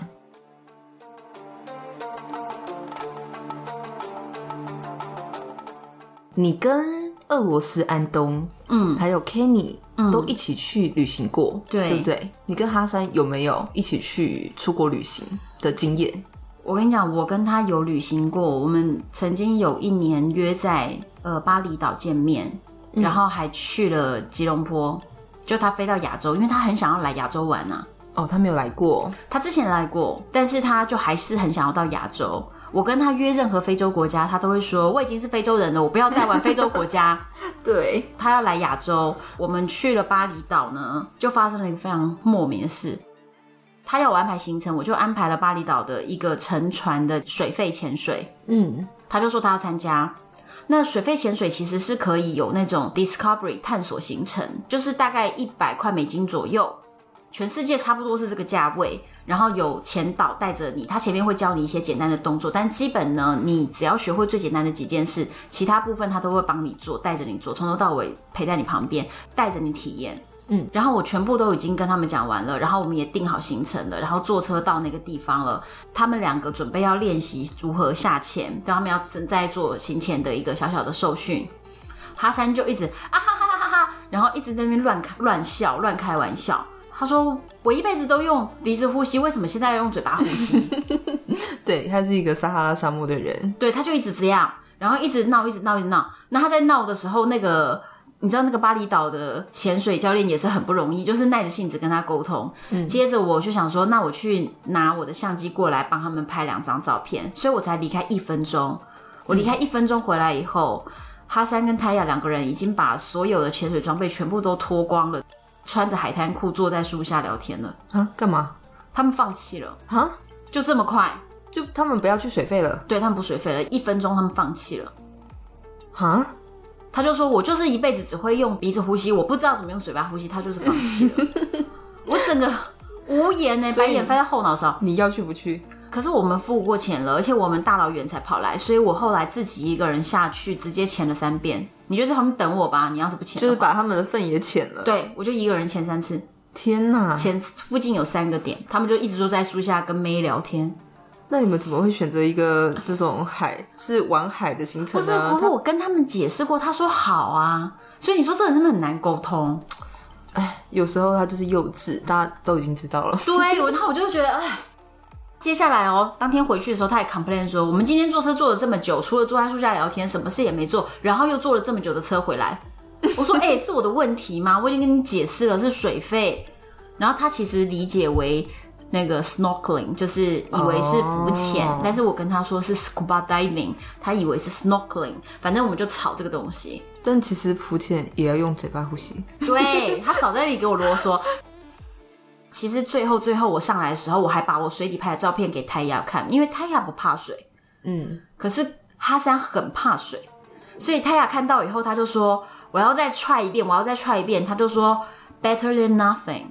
[SPEAKER 2] 你跟俄罗斯安东，嗯，还有 Kenny，嗯，都一起去旅行过，
[SPEAKER 1] 对
[SPEAKER 2] 对不对？你跟哈山有没有一起去出国旅行的经验？
[SPEAKER 1] 我跟你讲，我跟他有旅行过，我们曾经有一年约在呃巴厘岛见面，
[SPEAKER 2] 嗯
[SPEAKER 1] 然后还去了吉隆坡，就他飞到亚洲，因为他很想要来亚洲玩啊。
[SPEAKER 2] 哦，他没有来过，
[SPEAKER 1] 他之前来过，但是他就还是很想要到亚洲。我跟他约任何非洲国家，他都会说我已经是非洲人了，我不要再玩非洲国家。
[SPEAKER 2] 对，
[SPEAKER 1] 他要来亚洲，我们去了巴厘岛呢，就发生了一个非常莫名的事。他要我安排行程，我就安排了巴厘岛的一个乘船的水肺潜水。
[SPEAKER 2] 嗯，
[SPEAKER 1] 他就说他要参加。那水肺潜水其实是可以有那种 discovery 探索行程，就是大概一百块美金左右，全世界差不多是这个价位。然后有前导带着你，他前面会教你一些简单的动作，但基本呢，你只要学会最简单的几件事，其他部分他都会帮你做，带着你做，从头到尾陪在你旁边，带着你体验。嗯，然后我全部都已经跟他们讲完了，然后我们也定好行程了，然后坐车到那个地方了。他们两个准备要练习如何下潜，对他们要正在做行前的一个小小的受训。哈山就一直啊哈哈哈哈哈，然后一直在那边乱开乱笑、乱开玩笑。他说：“我一辈子都用鼻子呼吸，为什么现在要用嘴巴呼吸
[SPEAKER 2] 对，他是一个撒哈拉沙漠的人，？”
[SPEAKER 1] 对，他就一直这样，然后一直闹，一直闹，一直闹。那他在闹的时候，那个你知道，那个巴厘岛的潜水教练也是很不容易，就是耐着性子跟他沟通。接着我就想说，那我去拿我的相机过来帮他们拍两张照片，所以我才离开一分钟。我离开一分钟回来以后，哈山跟泰雅两个人已经把所有的潜水装备全部都脱光了，穿着海滩裤坐在树下聊天了。
[SPEAKER 2] 啊，干嘛
[SPEAKER 1] 他们放弃了，
[SPEAKER 2] 啊？
[SPEAKER 1] 就这么快？
[SPEAKER 2] 就他们不要去水费了
[SPEAKER 1] 对他们补水费了，一分钟他们放弃了。
[SPEAKER 2] 啊？
[SPEAKER 1] 他就说：“我就是一辈子只会用鼻子呼吸，我不知道怎么用嘴巴呼吸。”他就是放弃 了。我整个无言呢、
[SPEAKER 2] 所
[SPEAKER 1] 白
[SPEAKER 2] 以
[SPEAKER 1] 眼翻在后脑勺。
[SPEAKER 2] 你要去不去？
[SPEAKER 1] 可是我们付过钱了，而且我们大老远才跑来，所以我后来自己一个人下去，直接签了三遍。你就在旁边等我吧，你要是不签
[SPEAKER 2] 就
[SPEAKER 1] 的
[SPEAKER 2] 是
[SPEAKER 1] 话，
[SPEAKER 2] 把他们的份也浅了。，
[SPEAKER 1] 对我就一个人签三次，
[SPEAKER 2] 天哪！
[SPEAKER 1] 签附近有三个点，他们就一直都在树下跟妹聊天。
[SPEAKER 2] 那你们怎么会选择一个这种海是玩海的行程
[SPEAKER 1] 不是，
[SPEAKER 2] 呢？
[SPEAKER 1] 不过我跟他们解释过，他说好啊，所以你说这人是不是很难沟通？
[SPEAKER 2] 他有时候他就是幼稚，大家都已经知道了。
[SPEAKER 1] 对，我然后我就觉得，哎，接下来哦，当天回去的时候，他也 complain 说，我们今天坐车坐了这么久，除了坐在树下聊天，什么事也没做，然后又坐了这么久的车回来。我说，哎、是我的问题吗？我已经跟你解释了，是水费。然后他其实理解为那个 snorkeling，就是以为是浮潜
[SPEAKER 2] 哦
[SPEAKER 1] 但是我跟他说是 scuba diving，他以为是 snorkeling，反正我们就吵这个东西。
[SPEAKER 2] 但其实浮潜也要用嘴巴呼吸。
[SPEAKER 1] 对他少在那里给我啰嗦。其实最后最后我上来的时候，我还把我水底拍的照片给泰雅看，因为泰雅不怕水，
[SPEAKER 2] 嗯，
[SPEAKER 1] 可是哈山很怕水，所以泰雅看到以后，他就说我要再 try 一遍，我要再 try 一遍，他就说 better than nothing。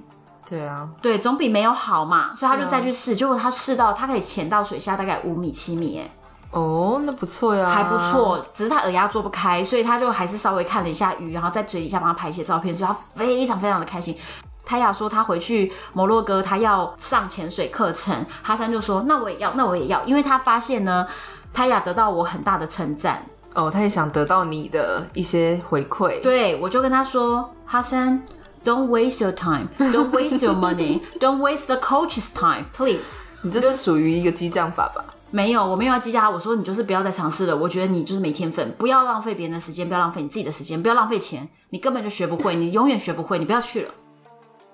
[SPEAKER 2] 对啊，
[SPEAKER 1] 对，总比没有好嘛，所以他
[SPEAKER 2] 是
[SPEAKER 1] 就
[SPEAKER 2] 啊
[SPEAKER 1] 再去试，结果他试到他可以潜到水下大概五米七米，哎，
[SPEAKER 2] 哦，那不错呀，
[SPEAKER 1] 还不。错，只是他耳压做不开，所以他就还是稍微看了一下鱼，然后在嘴底下帮他拍一些照片，所以他非常非常的开心。泰雅说他回去摩洛哥，他要上潜水课程，哈桑就说那我也要，那我也要，因为他发现呢，泰雅得到我很大的称赞，
[SPEAKER 2] 哦，他也想得到你的一些回馈。
[SPEAKER 1] 对我就跟他说，哈桑。Don't waste your time. Don't waste your money. Don't waste the coach's time, please.
[SPEAKER 2] 你这是属于一个激将法吧？
[SPEAKER 1] 没有，我没有要激将他。我说你就是不要再尝试了。我觉得你就是没天分，不要浪费别人的时间，不要浪费你自己的时间，不要浪费钱，你根本就学不会，你永远学不会，你不要去了。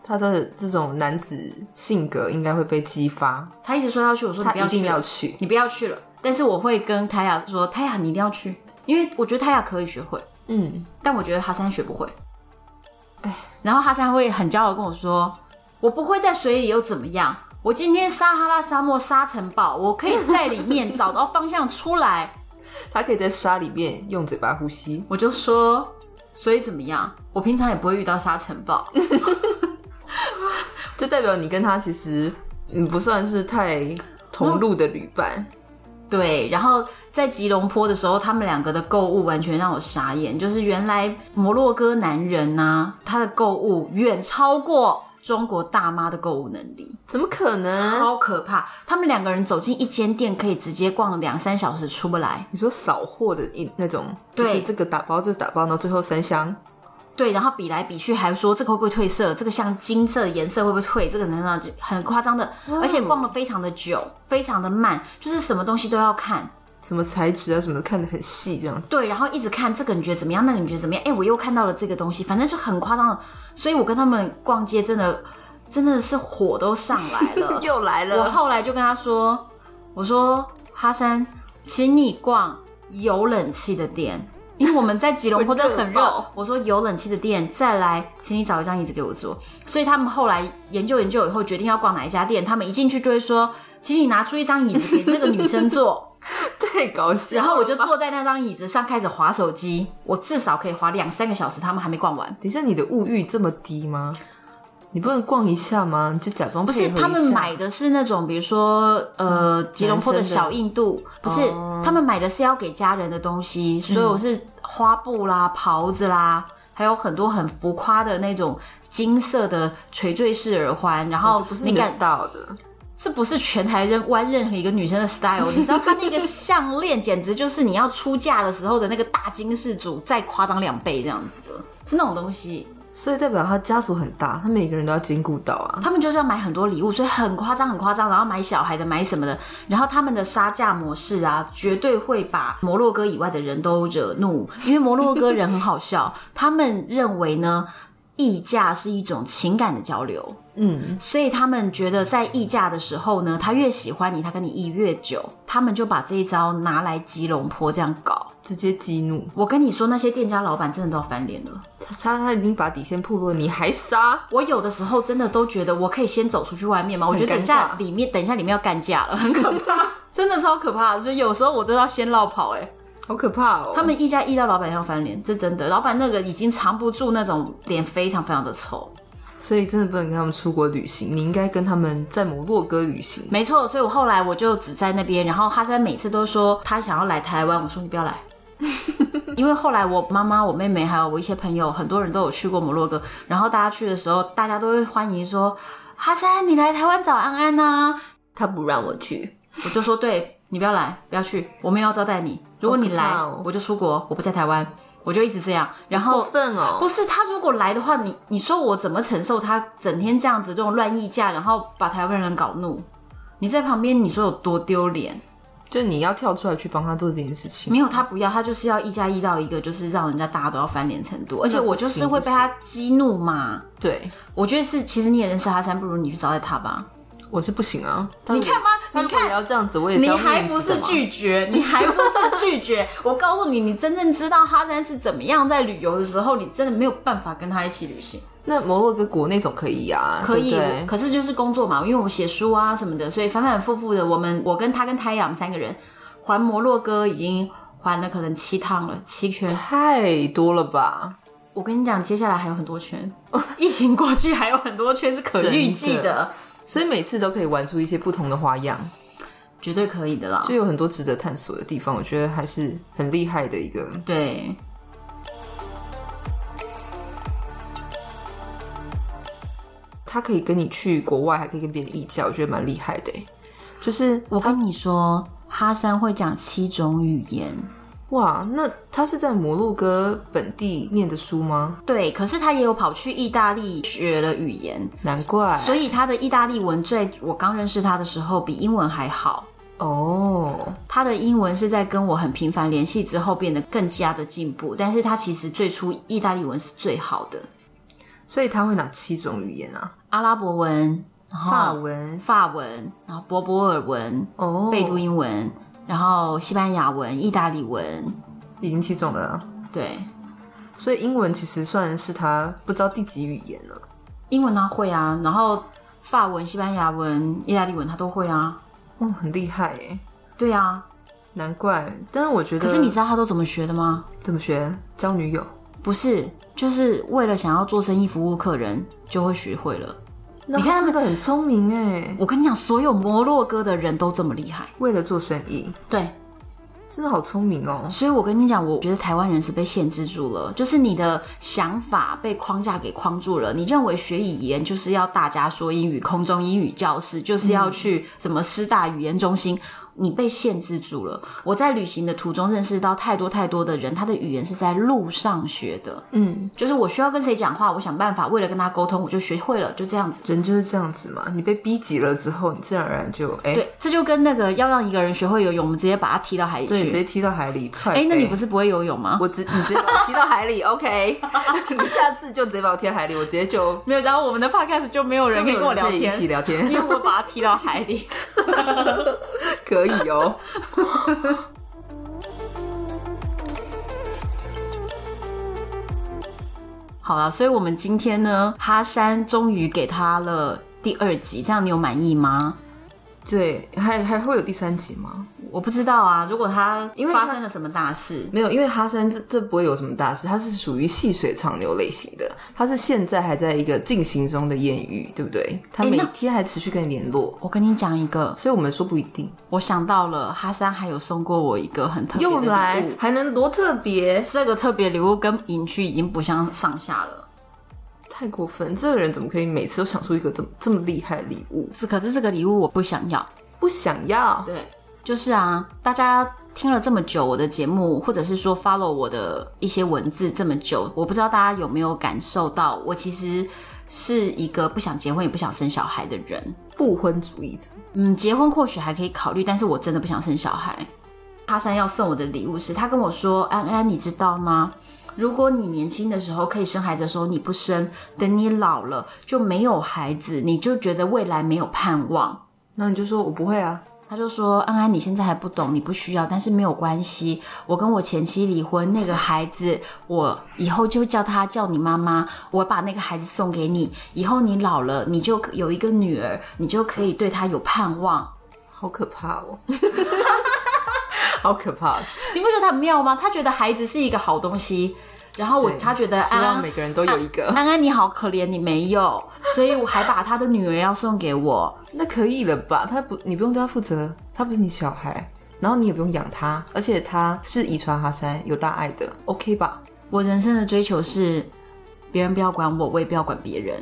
[SPEAKER 2] 他的这种男子性格应该会被激发，
[SPEAKER 1] 他一直说要去，我说你
[SPEAKER 2] 他
[SPEAKER 1] 不要
[SPEAKER 2] 一
[SPEAKER 1] 去
[SPEAKER 2] 定
[SPEAKER 1] 了，
[SPEAKER 2] 要去。
[SPEAKER 1] 你不要去了。但是我会跟泰雅说，泰雅你一定要去，因为我觉得泰雅可以学会，
[SPEAKER 2] 嗯，
[SPEAKER 1] 但我觉得哈山学不会。然后哈山会很骄傲地跟我说，我不会在水里又怎么样？我今天撒哈拉沙漠沙尘暴，我可以在里面找到方向出来。
[SPEAKER 2] 他可以在沙里面用嘴巴呼吸。
[SPEAKER 1] 我就说，所以怎么样？我平常也不会遇到沙尘暴，
[SPEAKER 2] 就代表你跟他其实嗯不算是太同路的旅伴。
[SPEAKER 1] 对。然后在吉隆坡的时候，他们两个的购物完全让我傻眼，就是原来摩洛哥男人呐、他的购物远超过中国大妈的购物能力，
[SPEAKER 2] 怎么可能？
[SPEAKER 1] 超可怕。他们两个人走进一间店，可以直接逛两三小时出不来。
[SPEAKER 2] 你说扫货的一那种，就
[SPEAKER 1] 对
[SPEAKER 2] 是这个打包，这个打包，然后最后三箱，
[SPEAKER 1] 对，然后比来比去，还说这个会不会褪色，这个像金色的颜色会不会褪，这个等等，很夸张的。而且逛了非常的久，非常的慢，就是什么东西都要看。
[SPEAKER 2] 什么材质啊什么的，看得很细这样子。
[SPEAKER 1] 对，然后一直看这个你觉得怎么样，那个你觉得怎么样？哎，我又看到了这个东西，反正就很夸张的。所以我跟他们逛街真的真的是火都上来 了。
[SPEAKER 2] 又来
[SPEAKER 1] 我后来就跟他说：“我说哈山，请你逛有冷气的店，因为我们在吉隆坡真的很
[SPEAKER 2] 会热
[SPEAKER 1] 热
[SPEAKER 2] 爆。
[SPEAKER 1] 我说有冷气的店，再来，请你找一张椅子给我坐。所以他们后来研究研究以后，决定要逛哪一家店，他们一进去就会说：请你拿出一张椅子给这个女生坐。”
[SPEAKER 2] 太搞笑了。
[SPEAKER 1] 然后我就坐在那张椅子上开始划手机，我至少可以划两三个小时，他们还没逛完。
[SPEAKER 2] 等一下，你的物欲这么低吗？你不能逛一下吗？你就假装
[SPEAKER 1] 不是
[SPEAKER 2] 配合一下嗯
[SPEAKER 1] 他们买的是那种，比如说呃，吉隆坡的
[SPEAKER 2] 男生的
[SPEAKER 1] 小印度，不是、
[SPEAKER 2] 哦
[SPEAKER 1] 他们买的是要给家人的东西，所有是花布啦、袍子啦，还有很多很浮夸的那种金色的垂坠式耳环，然后
[SPEAKER 2] 哦不是
[SPEAKER 1] 你
[SPEAKER 2] 你的
[SPEAKER 1] 敢
[SPEAKER 2] style 的，
[SPEAKER 1] 这不是全台任湾任何一个女生的 style，你知道她那个项链简直就是你要出嫁的时候的那个大金饰组，再夸张两倍这样子的，是那种东西。
[SPEAKER 2] 所以代表他家族很大，他每个人都要兼顾到啊。
[SPEAKER 1] 他们就是要买很多礼物，所以很夸张，很夸张，然后买小孩的，买什么的，然后他们的杀价模式啊，绝对会把摩洛哥以外的人都惹怒，因为摩洛哥人很好笑，他们认为呢。议价是一种情感的交流，
[SPEAKER 2] 嗯，
[SPEAKER 1] 所以他们觉得在议价的时候呢，他越喜欢你，他跟你议越久，他们就把这一招拿来吉隆坡这样搞。
[SPEAKER 2] 直接激怒
[SPEAKER 1] 我跟你说，那些店家老板真的都要翻脸了。
[SPEAKER 2] 他，他他已经把底线暴露了，你还杀？
[SPEAKER 1] 我有的时候真的都觉得，我可以先走出去外面吗？我觉得等一
[SPEAKER 2] 尴
[SPEAKER 1] 下
[SPEAKER 2] 尬
[SPEAKER 1] 里面，等一下里面要干架了，很可 怕，真的超可怕的。所以有时候我都要先绕跑、欸，哎，
[SPEAKER 2] 好可怕哦！
[SPEAKER 1] 他们议价议到老板要翻脸，这真的，老板那个已经藏不住那种脸，非常非常的臭。
[SPEAKER 2] 所以真的不能跟他们出国旅行，你应该跟他们在摩洛哥旅行。
[SPEAKER 1] 没错，所以我后来我就只在那边，然后哈山每次都说他想要来台湾，我说你不要 来。因为后来我妈妈、我妹妹还有我一些朋友，很多人都有去过摩洛哥，然后大家去的时候，大家都会欢迎说：“哈山，你来台湾找安安啊呐、
[SPEAKER 2] 他不让我去，
[SPEAKER 1] 我就说：“对你不要来，不要去，我没有要招待你。如果你来，
[SPEAKER 2] 好可怕哦
[SPEAKER 1] 我就出国，我不在台湾，我就一直这样。”然后
[SPEAKER 2] 过分哦！
[SPEAKER 1] 不是他如果来的话，你你说我怎么承受他整天这样子这种乱议价，然后把台湾人搞怒？你在旁边，你说有多丢脸？
[SPEAKER 2] 就你要跳出来去帮他做这件事情。
[SPEAKER 1] 没有，他不要，他就是要议价议到一个就是让人家大家都要翻脸程度，而且我就是会被他激怒嘛。
[SPEAKER 2] 对，
[SPEAKER 1] 我觉得是，其实你也认识哈山，不如你去招待他吧。
[SPEAKER 2] 我是不行啊。
[SPEAKER 1] 你看吧，
[SPEAKER 2] 他
[SPEAKER 1] 你
[SPEAKER 2] 如果
[SPEAKER 1] 看
[SPEAKER 2] 也要这样子，我也是
[SPEAKER 1] 你
[SPEAKER 2] 要
[SPEAKER 1] 还
[SPEAKER 2] 面
[SPEAKER 1] 不
[SPEAKER 2] 子的
[SPEAKER 1] 是
[SPEAKER 2] 嘛
[SPEAKER 1] 拒绝，你还不是拒 绝。我告诉你，你真正知道哈山是怎么样在旅游的时候，你真的没有办法跟他一起旅行。
[SPEAKER 2] 那摩洛哥国内总可以呀、啊，
[SPEAKER 1] 可以，
[SPEAKER 2] 对不对
[SPEAKER 1] 可是就是工作嘛，因为我们写书啊什么的，所以反反复复的，我们我跟他跟泰雅我们三个人环摩洛哥已经环了可能七趟了，七圈。
[SPEAKER 2] 太多了吧？
[SPEAKER 1] 我跟你讲，接下来还有很多圈， 疫情过去还有很多圈是可预计
[SPEAKER 2] 真
[SPEAKER 1] 的
[SPEAKER 2] 的，所以每次都可以玩出一些不同的花样，
[SPEAKER 1] 绝对可以的啦
[SPEAKER 2] 就。有很多值得探索的地方。我觉得还是很厉害的一个。
[SPEAKER 1] 对，
[SPEAKER 2] 他可以跟你去国外，还可以跟别人议价，我觉得蛮厉害的欸。就是
[SPEAKER 1] 我跟你说，哈山会讲七种语言。
[SPEAKER 2] 哇，那他是在摩洛哥本地念的书吗？
[SPEAKER 1] 对，可是他也有跑去意大利学了语言，
[SPEAKER 2] 难怪
[SPEAKER 1] 所以他的意大利文最我刚认识他的时候比英文还好。
[SPEAKER 2] 哦，
[SPEAKER 1] 他的英文是在跟我很频繁联系之后变得更加的进步，但是他其实最初意大利文是最好的，
[SPEAKER 2] 所以他会哪七种语言啊？
[SPEAKER 1] 阿拉伯文，然后
[SPEAKER 2] 法、文
[SPEAKER 1] 法文，然后博博尔文、
[SPEAKER 2] 哦，
[SPEAKER 1] 贝都因文，然后西班牙文、意大利文，
[SPEAKER 2] 已经七种了啊。
[SPEAKER 1] 对，
[SPEAKER 2] 所以英文其实算是他不知道第几语言了。
[SPEAKER 1] 英文他会啊，然后法文、西班牙文、意大利文他都会啊，
[SPEAKER 2] 哦，很厉害哎，
[SPEAKER 1] 对啊，
[SPEAKER 2] 难怪。但是我觉得，
[SPEAKER 1] 可是你知道他都怎么学的吗？
[SPEAKER 2] 怎么学交女友？
[SPEAKER 1] 不是，就是为了想要做生意服务客人，就会学会了。
[SPEAKER 2] 你
[SPEAKER 1] 看他
[SPEAKER 2] 看
[SPEAKER 1] 们
[SPEAKER 2] 真的很聪明哎，
[SPEAKER 1] 我跟你讲，所有摩洛哥的人都这么厉害，
[SPEAKER 2] 为了做生意，
[SPEAKER 1] 对。
[SPEAKER 2] 真的好聪明哦。
[SPEAKER 1] 所以我跟你讲，我觉得台湾人是被限制住了，就是你的想法被框架给框住了。你认为学语言就是要大家说英语，空中英语教室就是要去什么师大语言中心，你被限制住了。我在旅行的途中认识到太多太多的人，他的语言是在路上学的，
[SPEAKER 2] 嗯，
[SPEAKER 1] 就是我需要跟谁讲话，我想办法为了跟他沟通，我就学会了，就这样子。
[SPEAKER 2] 人就是这样子嘛，你被逼急了之后，你自然而然就哎，
[SPEAKER 1] 对，这就跟那个要让一个人学会游泳，我们直接把他踢到海里
[SPEAKER 2] 对，直接
[SPEAKER 1] 去。
[SPEAKER 2] 踢到海里踹飞。
[SPEAKER 1] 哎、那你不是不会游泳吗？
[SPEAKER 2] 我直你直接把我踢到海里 ，OK？你下次就直接把我踢到海里，我直接就
[SPEAKER 1] 没有，然后我们的 podcast 就没有人可以跟我聊
[SPEAKER 2] 就没有
[SPEAKER 1] 天
[SPEAKER 2] 人可以一，起聊天
[SPEAKER 1] 因，为我把它踢到海 里。
[SPEAKER 2] 可以哦。
[SPEAKER 1] 好了，所以我们今天呢，哈山终于给他了第二集，这样你有满意吗？
[SPEAKER 2] 对，还还会有第三集吗？
[SPEAKER 1] 我不知道啊，如果他
[SPEAKER 2] 因为他
[SPEAKER 1] 发生了什么大事，
[SPEAKER 2] 没有，因为哈山这这不会有什么大事，它是属于细水长流类型的，它是现在还在一个进行中的艳遇，对不对？他
[SPEAKER 1] 诶
[SPEAKER 2] 每
[SPEAKER 1] 那
[SPEAKER 2] 天还持续跟你联络，
[SPEAKER 1] 我跟你讲一个，
[SPEAKER 2] 所以我们说不一定。
[SPEAKER 1] 我想到了，哈山还有送过我一个很特别
[SPEAKER 2] 又
[SPEAKER 1] 的
[SPEAKER 2] 来
[SPEAKER 1] 礼物，
[SPEAKER 2] 还能多特别，
[SPEAKER 1] 这个特别礼物跟营区已经不相上下了。
[SPEAKER 2] 太过分！这个人怎么可以每次都想出一个这么这么厉害的礼物？
[SPEAKER 1] 是，可是这个礼物我不想要。
[SPEAKER 2] 不想要，
[SPEAKER 1] 对，就是啊，大家听了这么久我的节目，或者是说 follow 我的一些文字这么久，我不知道大家有没有感受到，我其实是一个不想结婚也不想生小孩的人。
[SPEAKER 2] 不婚主义者。
[SPEAKER 1] 嗯，结婚或许还可以考虑，但是我真的不想生小孩。哈山要送我的礼物是，他跟我说：“安安，你知道吗？如果你年轻的时候可以生孩子的时候你不生，等你老了就没有孩子，你就觉得未来没有盼望。
[SPEAKER 2] 那你就说我不会啊，
[SPEAKER 1] 他就说：“安安，你现在还不懂，你不需要，但是没有关系。我跟我前妻离婚，那个孩子，我以后就叫他叫你妈妈，我把那个孩子送给你。以后你老了，你就有一个女儿，你就可以对她有盼望。
[SPEAKER 2] 好可怕哦， 好可怕，
[SPEAKER 1] 你不觉得他很妙吗？他觉得孩子是一个好东西，然后我
[SPEAKER 2] 对
[SPEAKER 1] 他觉得
[SPEAKER 2] 希
[SPEAKER 1] 安
[SPEAKER 2] 望
[SPEAKER 1] 安
[SPEAKER 2] 每个人都有一个，
[SPEAKER 1] 安安你好可怜，你没有，所以我还把他的女儿要送给我。
[SPEAKER 2] 那可以了吧？他不，你不用对他负责，他不是你小孩，然后你也不用养他，而且他是遗传哈塞，有大爱的，OK 吧？
[SPEAKER 1] 我人生的追求是，别人不要管我，我也不要管别人。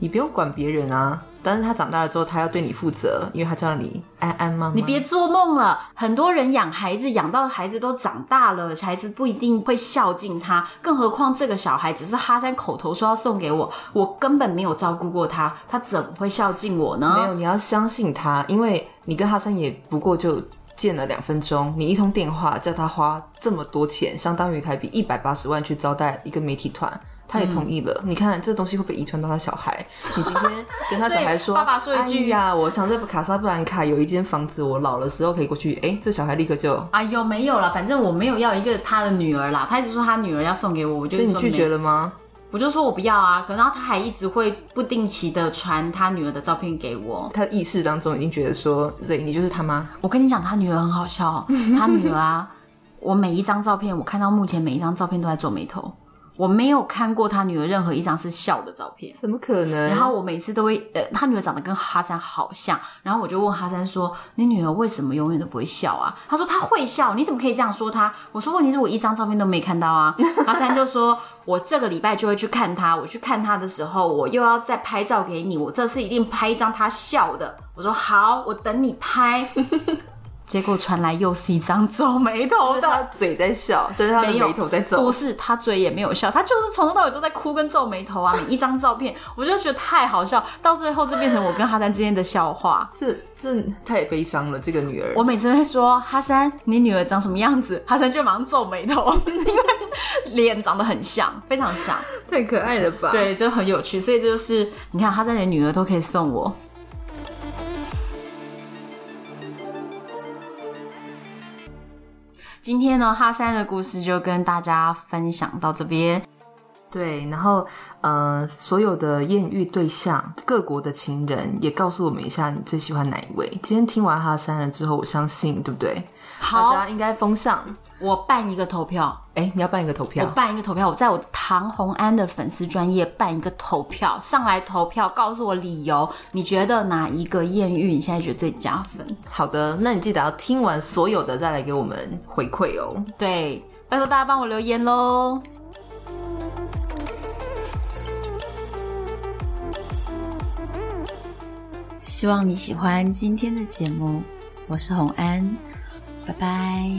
[SPEAKER 2] 你不用管别人啊，但是他长大了之后，他要对你负责，因为他叫你安安妈妈。
[SPEAKER 1] 你别做梦了，很多人养孩子养到孩子都长大了，孩子不一定会孝敬他，更何况这个小孩只是哈山口头说要送给我，我根本没有照顾过他，他怎么会孝敬我呢？
[SPEAKER 2] 没有，你要相信他，因为你跟哈桑也不过就见了两分钟，你一通电话叫他花这么多钱，相当于台币一百八十万去招待一个媒体团。他也同意了，
[SPEAKER 1] 嗯
[SPEAKER 2] 你看这东西会不会遗传到他小孩？你今天跟他小 孩
[SPEAKER 1] 所
[SPEAKER 2] 说，
[SPEAKER 1] 以爸爸说一句
[SPEAKER 2] 哎呀，我想在卡萨布兰卡有一间房子，我老的时候可以过去。哎、这小孩立刻就，
[SPEAKER 1] 哎呦，没有了，反正我没有要一个他的女儿啦，他一直说他女儿要送给我，我就
[SPEAKER 2] 所以你
[SPEAKER 1] 说
[SPEAKER 2] 拒绝
[SPEAKER 1] 没，
[SPEAKER 2] 了吗？
[SPEAKER 1] 我就说我不要啊，可然后他还一直会不定期的传他女儿的照片给我，
[SPEAKER 2] 他意识当中已经觉得说，所以你就是他妈。
[SPEAKER 1] 我跟你讲，他女儿很好笑、哦，他女儿啊，我每一张照片，我看到目前每一张照片都在皱眉头，我没有看过他女儿任何一张是笑的照片。
[SPEAKER 2] 怎么可能？
[SPEAKER 1] 然后我每次都会，呃，他女儿长得跟哈山好像，然后我就问哈山说：“你女儿为什么永远都不会笑啊？”他说：“她会笑，你怎么可以这样说她？”我说：“问题是我一张照片都没看到啊。”哈山就说：“我这个礼拜就会去看她，我去看她的时候，我又要再拍照给你，我这次一定拍一张她笑的。”我说：“好，我等你拍。” 结果传来又是一张皱眉头
[SPEAKER 2] 就是
[SPEAKER 1] 的
[SPEAKER 2] 他，嘴在笑，但是他的
[SPEAKER 1] 没有
[SPEAKER 2] 眉头在皱
[SPEAKER 1] 不。是他嘴也没有笑，他就是从头到尾都在哭跟皱眉头啊！每 一张照片，我就觉得太好笑，到最后就变成我跟哈山之间的笑话。
[SPEAKER 2] 这这太悲伤了，这个女儿。
[SPEAKER 1] 我每次会说哈山，你女儿长什么样子？哈山就马上皱眉头， 因为脸长得很像，非常像，
[SPEAKER 2] 太可爱了吧？，
[SPEAKER 1] 对，就很有趣。所以这就是你看，哈山连女儿都可以送我，今天呢，哈山的故事就跟大家分享到这边。
[SPEAKER 2] 对，然后呃，所有的艳遇对象，各国的情人，也告诉我们一下你最喜欢哪一位。今天听完哈山了之后，我相信，对不对？大
[SPEAKER 1] 好，
[SPEAKER 2] 家应该封上。
[SPEAKER 1] 我办一个投票，
[SPEAKER 2] 哎，你要办一个投
[SPEAKER 1] 我
[SPEAKER 2] 票，
[SPEAKER 1] 办一个投票，我在我唐红安的粉丝专业办一个投票，上来投票，告诉我理由，你觉得哪一个艳遇你现在觉得最加分？
[SPEAKER 2] 好的，那你记得要听完所有的再来给我们回馈哦。
[SPEAKER 1] 对，拜托大家帮我留言喽。希望你喜欢今天的节目，我是红安，拜拜。